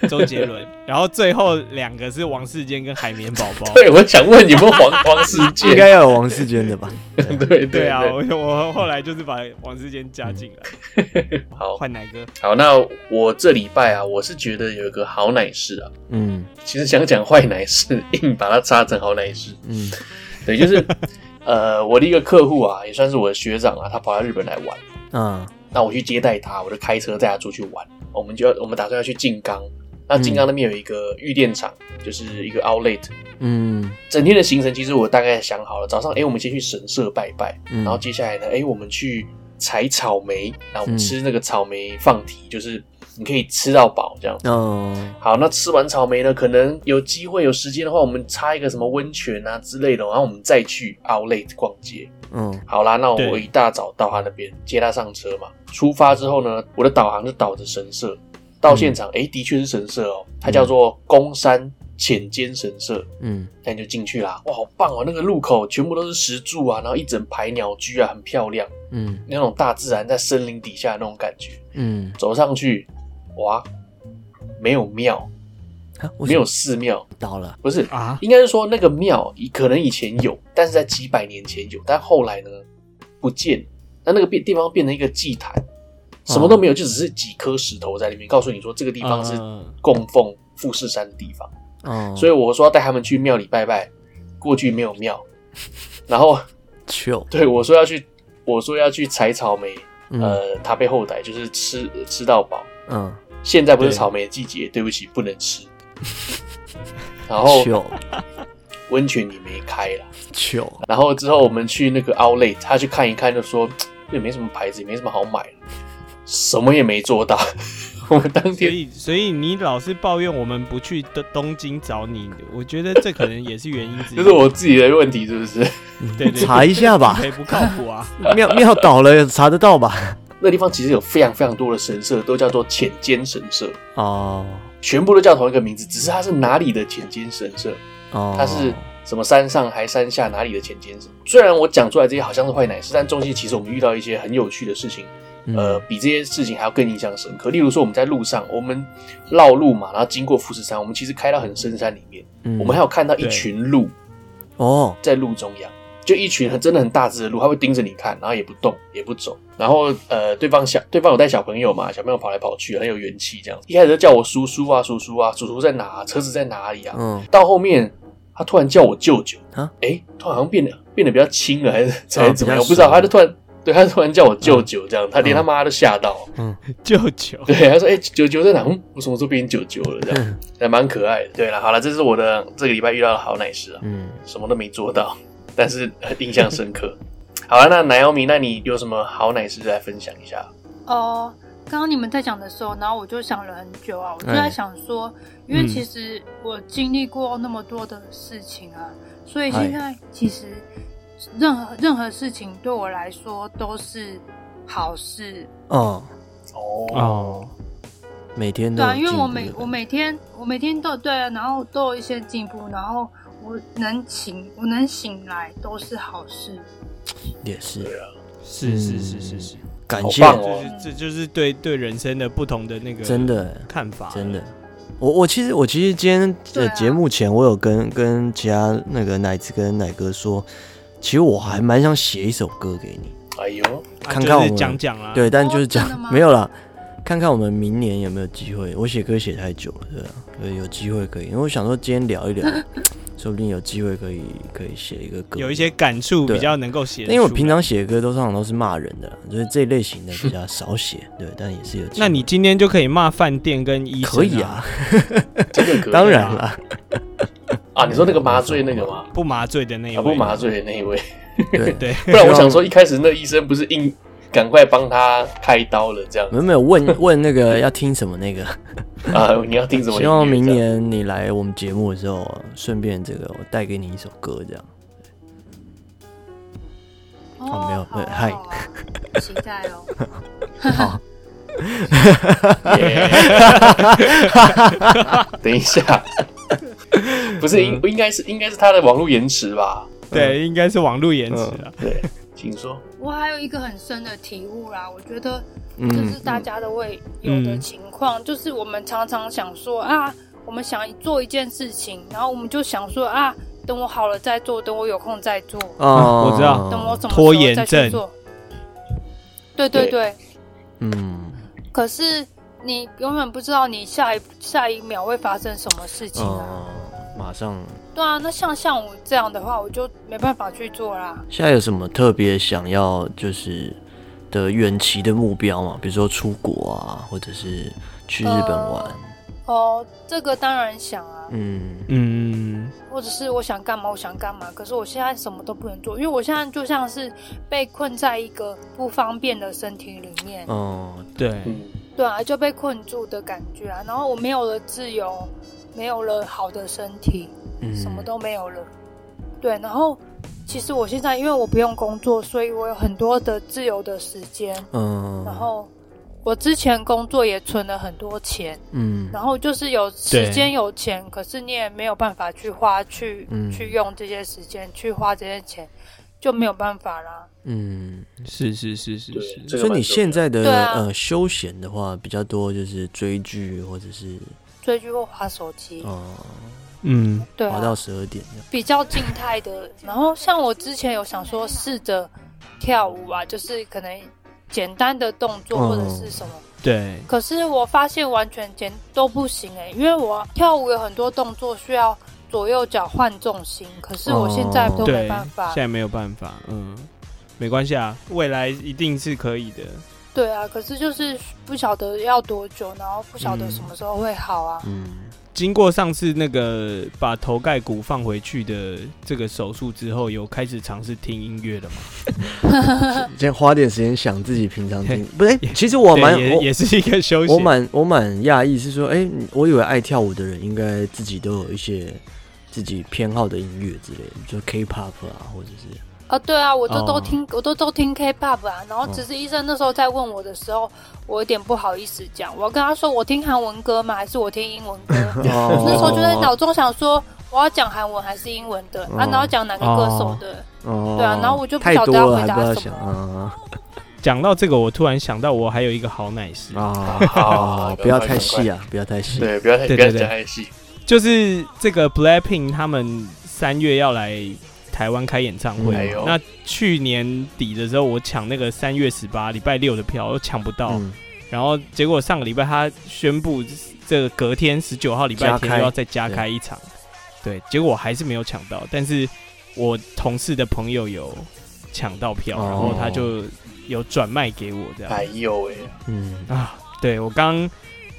Speaker 2: 跟周杰 伦，然后最后两个是王世坚跟海绵宝宝。
Speaker 1: 对，我想问有没有黄黄世
Speaker 3: 应
Speaker 1: 界？
Speaker 3: 该要有王世坚的吧？
Speaker 1: 对对
Speaker 2: 对啊，我我后来就是把王世坚加进来，
Speaker 1: 好
Speaker 2: 换奶哥。
Speaker 1: 好，那我这礼拜啊，我是觉得有一个好奶事啊，
Speaker 3: 嗯
Speaker 1: 其实想讲坏奶事，硬把它插成好奶事。
Speaker 3: 嗯
Speaker 1: 对，就是呃，我的一个客户啊，也算是我的学长啊，他跑到日本来玩，
Speaker 3: 啊
Speaker 1: 那我去接待他，我就开车带他出去玩。我们就要我们打算要去静冈，那静冈那边有一个玉电厂，就是一个 outlet。
Speaker 3: 嗯
Speaker 1: 整天的行程其实我大概想好了，早上哎、诶我们先去神社拜拜，
Speaker 3: 嗯，
Speaker 1: 然后接下来呢，哎、我们去采草莓，然后我们
Speaker 3: 嗯
Speaker 1: 吃那个草莓放题，就是你可以吃到饱这样。
Speaker 3: 哦
Speaker 1: 好，那吃完草莓呢，可能有机会有时间的话，我们插一个什么温泉啊之类的，然后我们再去 Outlet 逛街。
Speaker 3: 嗯
Speaker 1: 好啦，那我
Speaker 2: 对
Speaker 1: 一大早到他那边接他上车嘛。出发之后呢，我的导航就导着神社，到现场，诶，的确是神社哦，它叫做宫山浅间神社。
Speaker 3: 嗯
Speaker 1: 那你就进去啦，哇，好棒哦！那个路口全部都是石柱啊，然后一整排鸟居啊，很漂亮，
Speaker 3: 嗯
Speaker 1: 那种大自然在森林底下的那种感觉。
Speaker 3: 嗯，
Speaker 1: 走上去，哇，没有庙，
Speaker 3: 啊
Speaker 1: 没
Speaker 3: 为什
Speaker 1: 有
Speaker 3: 么
Speaker 1: 寺庙，
Speaker 3: 倒了，
Speaker 1: 不是，
Speaker 2: 啊，
Speaker 1: 应该是说那个庙可能以前有，但是在几百年前有，但后来呢不见，那那个变地方变成一个祭坛，什么都没有，就只是几颗石头在里面，告诉你说这个地方是
Speaker 2: 嗯嗯
Speaker 1: 供奉富士山的地方，
Speaker 3: 哦，
Speaker 1: 所以我说要带他们去庙里拜拜，过去没有庙，然后
Speaker 3: 糗，
Speaker 1: 对我说要去，我说要去采草莓，
Speaker 3: 嗯
Speaker 1: 呃，他被后代就是吃吃到饱，
Speaker 3: 嗯，
Speaker 1: 现在不是
Speaker 2: 对
Speaker 1: 草莓季节，对不起，不能吃。然后
Speaker 3: 糗，
Speaker 1: 温泉也没开啦。
Speaker 3: 糗，
Speaker 1: 然后之后我们去那个 Outlet，他去看一看，就说嘖也没什么牌子，也没什么好买的，什么也没做到。 我们当
Speaker 2: 所
Speaker 1: 天
Speaker 2: 以，所以你老是抱怨我们不去东东京找你，我觉得这可能也是原因之 一。
Speaker 1: 就是我自己的问题，是不是？
Speaker 2: 对对对
Speaker 3: 查一下吧
Speaker 2: 这个品牌不靠谱啊。
Speaker 3: 庙庙倒了查得到吧？
Speaker 1: 那地方其实有非常非常多的神社，都叫做浅间神社，
Speaker 3: 哦
Speaker 1: 全部都叫同一个名字，只是它是哪里的浅间神社，
Speaker 3: 哦，
Speaker 1: 它是什么山上还山下哪里的浅间神社。虽然我讲出来这些好像是坏奶事，但中间其实我们遇到一些很有趣的事情，
Speaker 3: 嗯
Speaker 1: 呃，比这些事情还要更印象深刻。例如说，我们在路上，我们绕路嘛，然后经过富士山，我们其实开到很深山里面，
Speaker 3: 嗯
Speaker 1: 我们还有看到一
Speaker 2: 对
Speaker 1: 群鹿
Speaker 3: 哦，
Speaker 1: 在路中央，就一群很真的很大只的鹿，它会盯着你看，然后也不动也不走。然后呃，对方小对方有带小朋友嘛，小朋友跑来跑去，很有元气这样子。一开始就叫我叔叔啊，叔叔啊，叔叔在哪、车子在哪里啊？
Speaker 3: 嗯，
Speaker 1: 到后面他突然叫我舅舅
Speaker 3: 啊，
Speaker 1: 哎，突然好像变得变得比较轻了，还是
Speaker 3: 哦
Speaker 1: 还是怎么样？
Speaker 3: 比较嗯
Speaker 1: 我不知道，
Speaker 3: 熟
Speaker 1: 他就突然。对他突然叫我舅舅这样，他连他妈都吓到。
Speaker 3: 嗯
Speaker 2: 舅舅，
Speaker 1: 对，他说：“哎、九九在哪？嗯，我什么时候变成九九了？”这
Speaker 3: 嗯
Speaker 1: 样还蛮可爱的。对了，好了，这是我的这个礼拜遇到的好奶师啊，
Speaker 3: 嗯，
Speaker 1: 什么都没做到， 但是很印象深刻。好了，那奶油米，那你有什么好奶师来分享一下？
Speaker 4: 哦，刚刚你们在讲的时候，然后我就想了很久啊，我就在想说，因为其实我经历过那么多的事情啊，所以现在其实任何任何事情对我来说都是好事，
Speaker 3: 哦，
Speaker 1: 哦
Speaker 2: 哦，
Speaker 3: 每天都
Speaker 4: 对
Speaker 3: 有
Speaker 4: 啊，因为
Speaker 3: 进步
Speaker 4: 我每
Speaker 3: 的
Speaker 4: 我每天我每天都对、啊，然后都有一些进步，然后我能醒我能醒来都是好事，
Speaker 3: 也是
Speaker 2: 是是是是是，
Speaker 3: 感
Speaker 1: 啊好
Speaker 3: 谢，
Speaker 1: 棒
Speaker 2: 就
Speaker 1: 哦
Speaker 2: 是这就是对对人生的不同的那个
Speaker 3: 真的
Speaker 2: 看法，
Speaker 1: 啊
Speaker 3: 真的。我我其实我其实今天
Speaker 4: 对
Speaker 3: 呃
Speaker 4: 啊
Speaker 3: 节目前，我有跟跟其他那个奶子跟奶哥说，其实我还蛮想写一首歌给你，
Speaker 1: 哎呦，
Speaker 2: 啊
Speaker 3: 看看我
Speaker 2: 就
Speaker 3: 们
Speaker 2: 是讲讲啊，
Speaker 3: 对，但
Speaker 4: 哦
Speaker 3: 就是
Speaker 4: 真的
Speaker 3: 讲
Speaker 4: 吗
Speaker 3: 没有啦，看看我们明年有没有机会。我写歌写太久了，对啊，所以有机会可以，因为我想说今天聊 一聊，说不定有机会可以可以写一个歌，
Speaker 2: 有一些感触
Speaker 3: 对
Speaker 2: 比较能够写。
Speaker 3: 但因为我平，常写的歌都通常都是骂人的啦，就是这一类型的比较少写，对，但也是有机会。
Speaker 2: 那你今天就可以骂饭店跟医生，
Speaker 3: 可以啊，，
Speaker 1: 这个可以
Speaker 3: 当然啦，嗯
Speaker 1: 啊！你说那个麻醉那个吗？
Speaker 2: 不麻醉的那一
Speaker 1: 啊，不
Speaker 2: 位，
Speaker 1: 麻醉的那一位，
Speaker 3: 对，
Speaker 2: 对，
Speaker 1: 不然我想说，一开始那医生不是硬赶快帮他开刀了这样
Speaker 3: 没有没有问问那个要听什么那个，
Speaker 1: 啊？你要听什么音乐这样？
Speaker 3: 希望明年你来我们节目的时候，顺便这个我带给你一首歌， 这样
Speaker 4: 哦，
Speaker 3: 哦没有
Speaker 4: 好啊
Speaker 3: 嗨
Speaker 4: 好啊期待哦。
Speaker 3: 好，
Speaker 1: 等一下，不是应不应该是应该是他的网络延迟吧？
Speaker 2: 对，应该是网络延迟啊。
Speaker 1: 对，请说。
Speaker 4: 我还有一个很深的体悟啦，我觉得就
Speaker 3: 嗯
Speaker 4: 是，大家都会有的情况，就是我们常常想说啊，我们想做一件事情，然后我们就想说啊，等我好了再做，等我有空再做，
Speaker 3: 哦
Speaker 2: 我知道
Speaker 4: 等我什么时
Speaker 2: 拖
Speaker 4: 候
Speaker 2: 延
Speaker 4: 再去
Speaker 2: 症
Speaker 4: 做。对对
Speaker 1: 对
Speaker 4: 对，
Speaker 3: 嗯。
Speaker 4: 可是你永远不知道你下一下一秒会发生什么事情啊。
Speaker 3: 哦，马上，
Speaker 4: 对啊，那像像我这样的话，我就没办法去做啦。
Speaker 3: 现在有什么特别想要就是的远期的目标吗？比如说出国啊，或者是去日本玩？
Speaker 4: 哦，这个当然想啊，
Speaker 3: 嗯
Speaker 2: 嗯，
Speaker 4: 或者是我想干嘛，我想干嘛，可是我现在什么都不能做，因为我现在就像是被困在一个不方便的身体里面，呃
Speaker 3: 哦，
Speaker 2: 对，
Speaker 1: 嗯，
Speaker 4: 对啊，就被困住的感觉啊。然后我没有了自由，没有了好的身体，
Speaker 3: 嗯，
Speaker 4: 什么都没有了。对，然后其实我现在因为我不用工作，所以我有很多的自由的时间。
Speaker 3: 嗯，
Speaker 4: 然后我之前工作也存了很多钱，
Speaker 3: 嗯，
Speaker 4: 然后就是有
Speaker 2: 对
Speaker 4: 时间有钱，可是你也没有办法去花去、
Speaker 3: 嗯
Speaker 4: 去用这些时间去花这些钱，就没有办法啦。
Speaker 3: 嗯，
Speaker 2: 是是是是
Speaker 1: 对，
Speaker 2: 是，
Speaker 1: 这个
Speaker 3: 所以
Speaker 1: 蛮
Speaker 3: 你现在的、
Speaker 4: 对啊
Speaker 3: 呃休闲的话比较多，就是追剧或者是
Speaker 4: 追剧或划手机，
Speaker 3: 哦，
Speaker 2: 嗯，
Speaker 4: 对
Speaker 3: 玩到
Speaker 4: 啊，
Speaker 3: 十二点这样。
Speaker 4: 比较静态的。然后像我之前有想说试着跳舞啊，就是可能简单的动作
Speaker 3: 嗯
Speaker 4: 或者是什么，
Speaker 2: 对，
Speaker 4: 可是我发现完全简都不行诶、因为我跳舞有很多动作需要左右脚换重心，可是我现在
Speaker 3: 哦
Speaker 4: 都没
Speaker 2: 对
Speaker 4: 办，法
Speaker 2: 现。在没有办法，嗯，没关系啊，未来一定是可以的。
Speaker 6: 对啊，可是就是不晓得要多久，然后不晓得
Speaker 2: 嗯
Speaker 6: 什么时候会好啊。
Speaker 3: 嗯，
Speaker 2: 经过上次那个把头盖骨放回去的这个手术之后，有开始尝试听音乐了吗？
Speaker 3: 先花点时间想自己平常听
Speaker 2: 嘿，
Speaker 3: 不是、其实我
Speaker 2: 对
Speaker 3: 蛮
Speaker 2: 也
Speaker 3: 我
Speaker 2: 也是一个休息。
Speaker 3: 我蛮我蛮讶异，是说，哎、你我以为爱跳舞的人应该自己都有一些自己偏好的音乐之类的，就 K-pop 啊，或者是
Speaker 6: 啊，对啊，我就
Speaker 2: 哦
Speaker 6: 都听，我都都听 K-pop 啊。
Speaker 3: 哦
Speaker 6: 然后只是医生那时候在问我的时候，我有点不好意思讲。我跟他说我听韩文歌嘛，还是我听英文歌？
Speaker 3: 哦
Speaker 6: 那时候就在脑中想说，我要讲韩文还是英文的、啊
Speaker 3: 哦？
Speaker 6: 然后讲哪个歌手的？
Speaker 3: 哦
Speaker 6: 对啊然后我就不
Speaker 3: 太
Speaker 6: 晓得
Speaker 3: 多
Speaker 6: 要
Speaker 3: 了，
Speaker 6: 回
Speaker 3: 还
Speaker 6: 答
Speaker 3: 不知道
Speaker 6: 什
Speaker 3: 想
Speaker 6: 么
Speaker 3: 啊
Speaker 2: 讲到这个，我突然想到，我还有一个好奶师，
Speaker 3: 啊
Speaker 1: 好
Speaker 3: 啊！不要太细啊，不要太细。
Speaker 1: 对，不要太
Speaker 2: 对
Speaker 1: 不要
Speaker 2: 对对
Speaker 1: 讲太细。
Speaker 2: 就是这个 Blackpink 他们三月要来台湾开演唱会嘛。
Speaker 1: 哎呦
Speaker 2: 那去年底的时候，我抢那个三月十八礼拜六的票，我抢不到。
Speaker 1: 哦
Speaker 3: 嗯，
Speaker 2: 然后结果上个礼拜他宣布，这个隔天十九号礼拜
Speaker 3: 加
Speaker 2: 天
Speaker 3: 开
Speaker 2: 又要再加开一场，对，结果我还是没有抢到，但是我同事的朋友有抢到票，
Speaker 3: 哦
Speaker 2: 然后他就有转卖给我这样、
Speaker 1: 哎呦喂，
Speaker 3: 嗯，
Speaker 2: 啊，对我刚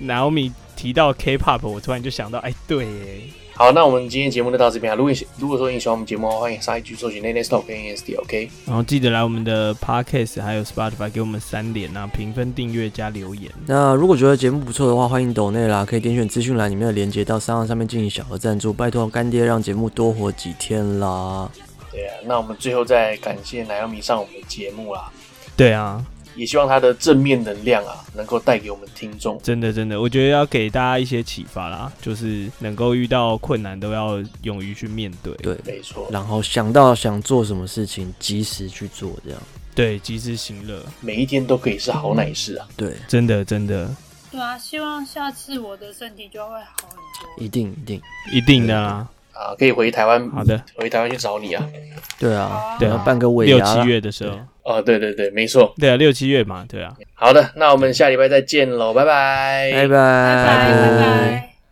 Speaker 2: Naomi 提到 K-pop，我突然就想到，哎，对耶，
Speaker 1: 好，那我们今天节目就到这边啊。如果你喜如果说你喜欢我们节目的话，欢迎上一句搜寻 Nene Talk N S D OK。
Speaker 2: 然后记得来我们的 Podcast 还有 Spotify 给我们三连啊，评分、订阅加留言，
Speaker 3: 那如果觉得节目不错的话，欢迎抖内啦，可以点选资讯栏里面的链接到三号上面进行小额赞助，拜托干爹让节目多活几天啦。
Speaker 1: 对啊，那我们最后再感谢南阳米上我们的节目啦，
Speaker 2: 对啊，
Speaker 1: 也希望他的正面能量啊，能够带给我们听众。
Speaker 2: 真的真的，我觉得要给大家一些启发啦，就是能够遇到困难都要勇于去面对，
Speaker 3: 对，
Speaker 1: 没错，
Speaker 3: 然后想到想做什么事情，及时去做，这样。
Speaker 2: 对，及时行乐，
Speaker 1: 每一天都可以是好奶事啊。
Speaker 3: 对，
Speaker 2: 真的真的，
Speaker 4: 对啊，希望下次我的身体就会好很多。
Speaker 3: 一定一定。
Speaker 2: 一定的啦。
Speaker 1: 啊，可以回台湾，
Speaker 2: 好的，
Speaker 1: 回台湾去找你啊。
Speaker 3: 对
Speaker 4: 好
Speaker 3: 啊，
Speaker 4: 啊
Speaker 2: 对
Speaker 3: 我
Speaker 2: 啊
Speaker 3: 要办个尾
Speaker 2: 六
Speaker 3: 牙啦
Speaker 2: 七。月的时候，
Speaker 1: 哦，对对对，没错。
Speaker 2: 对啊，六七月嘛，对啊。
Speaker 1: 好的，那我们下礼拜再见喽，拜拜，
Speaker 3: 拜拜，
Speaker 4: 拜拜拜拜。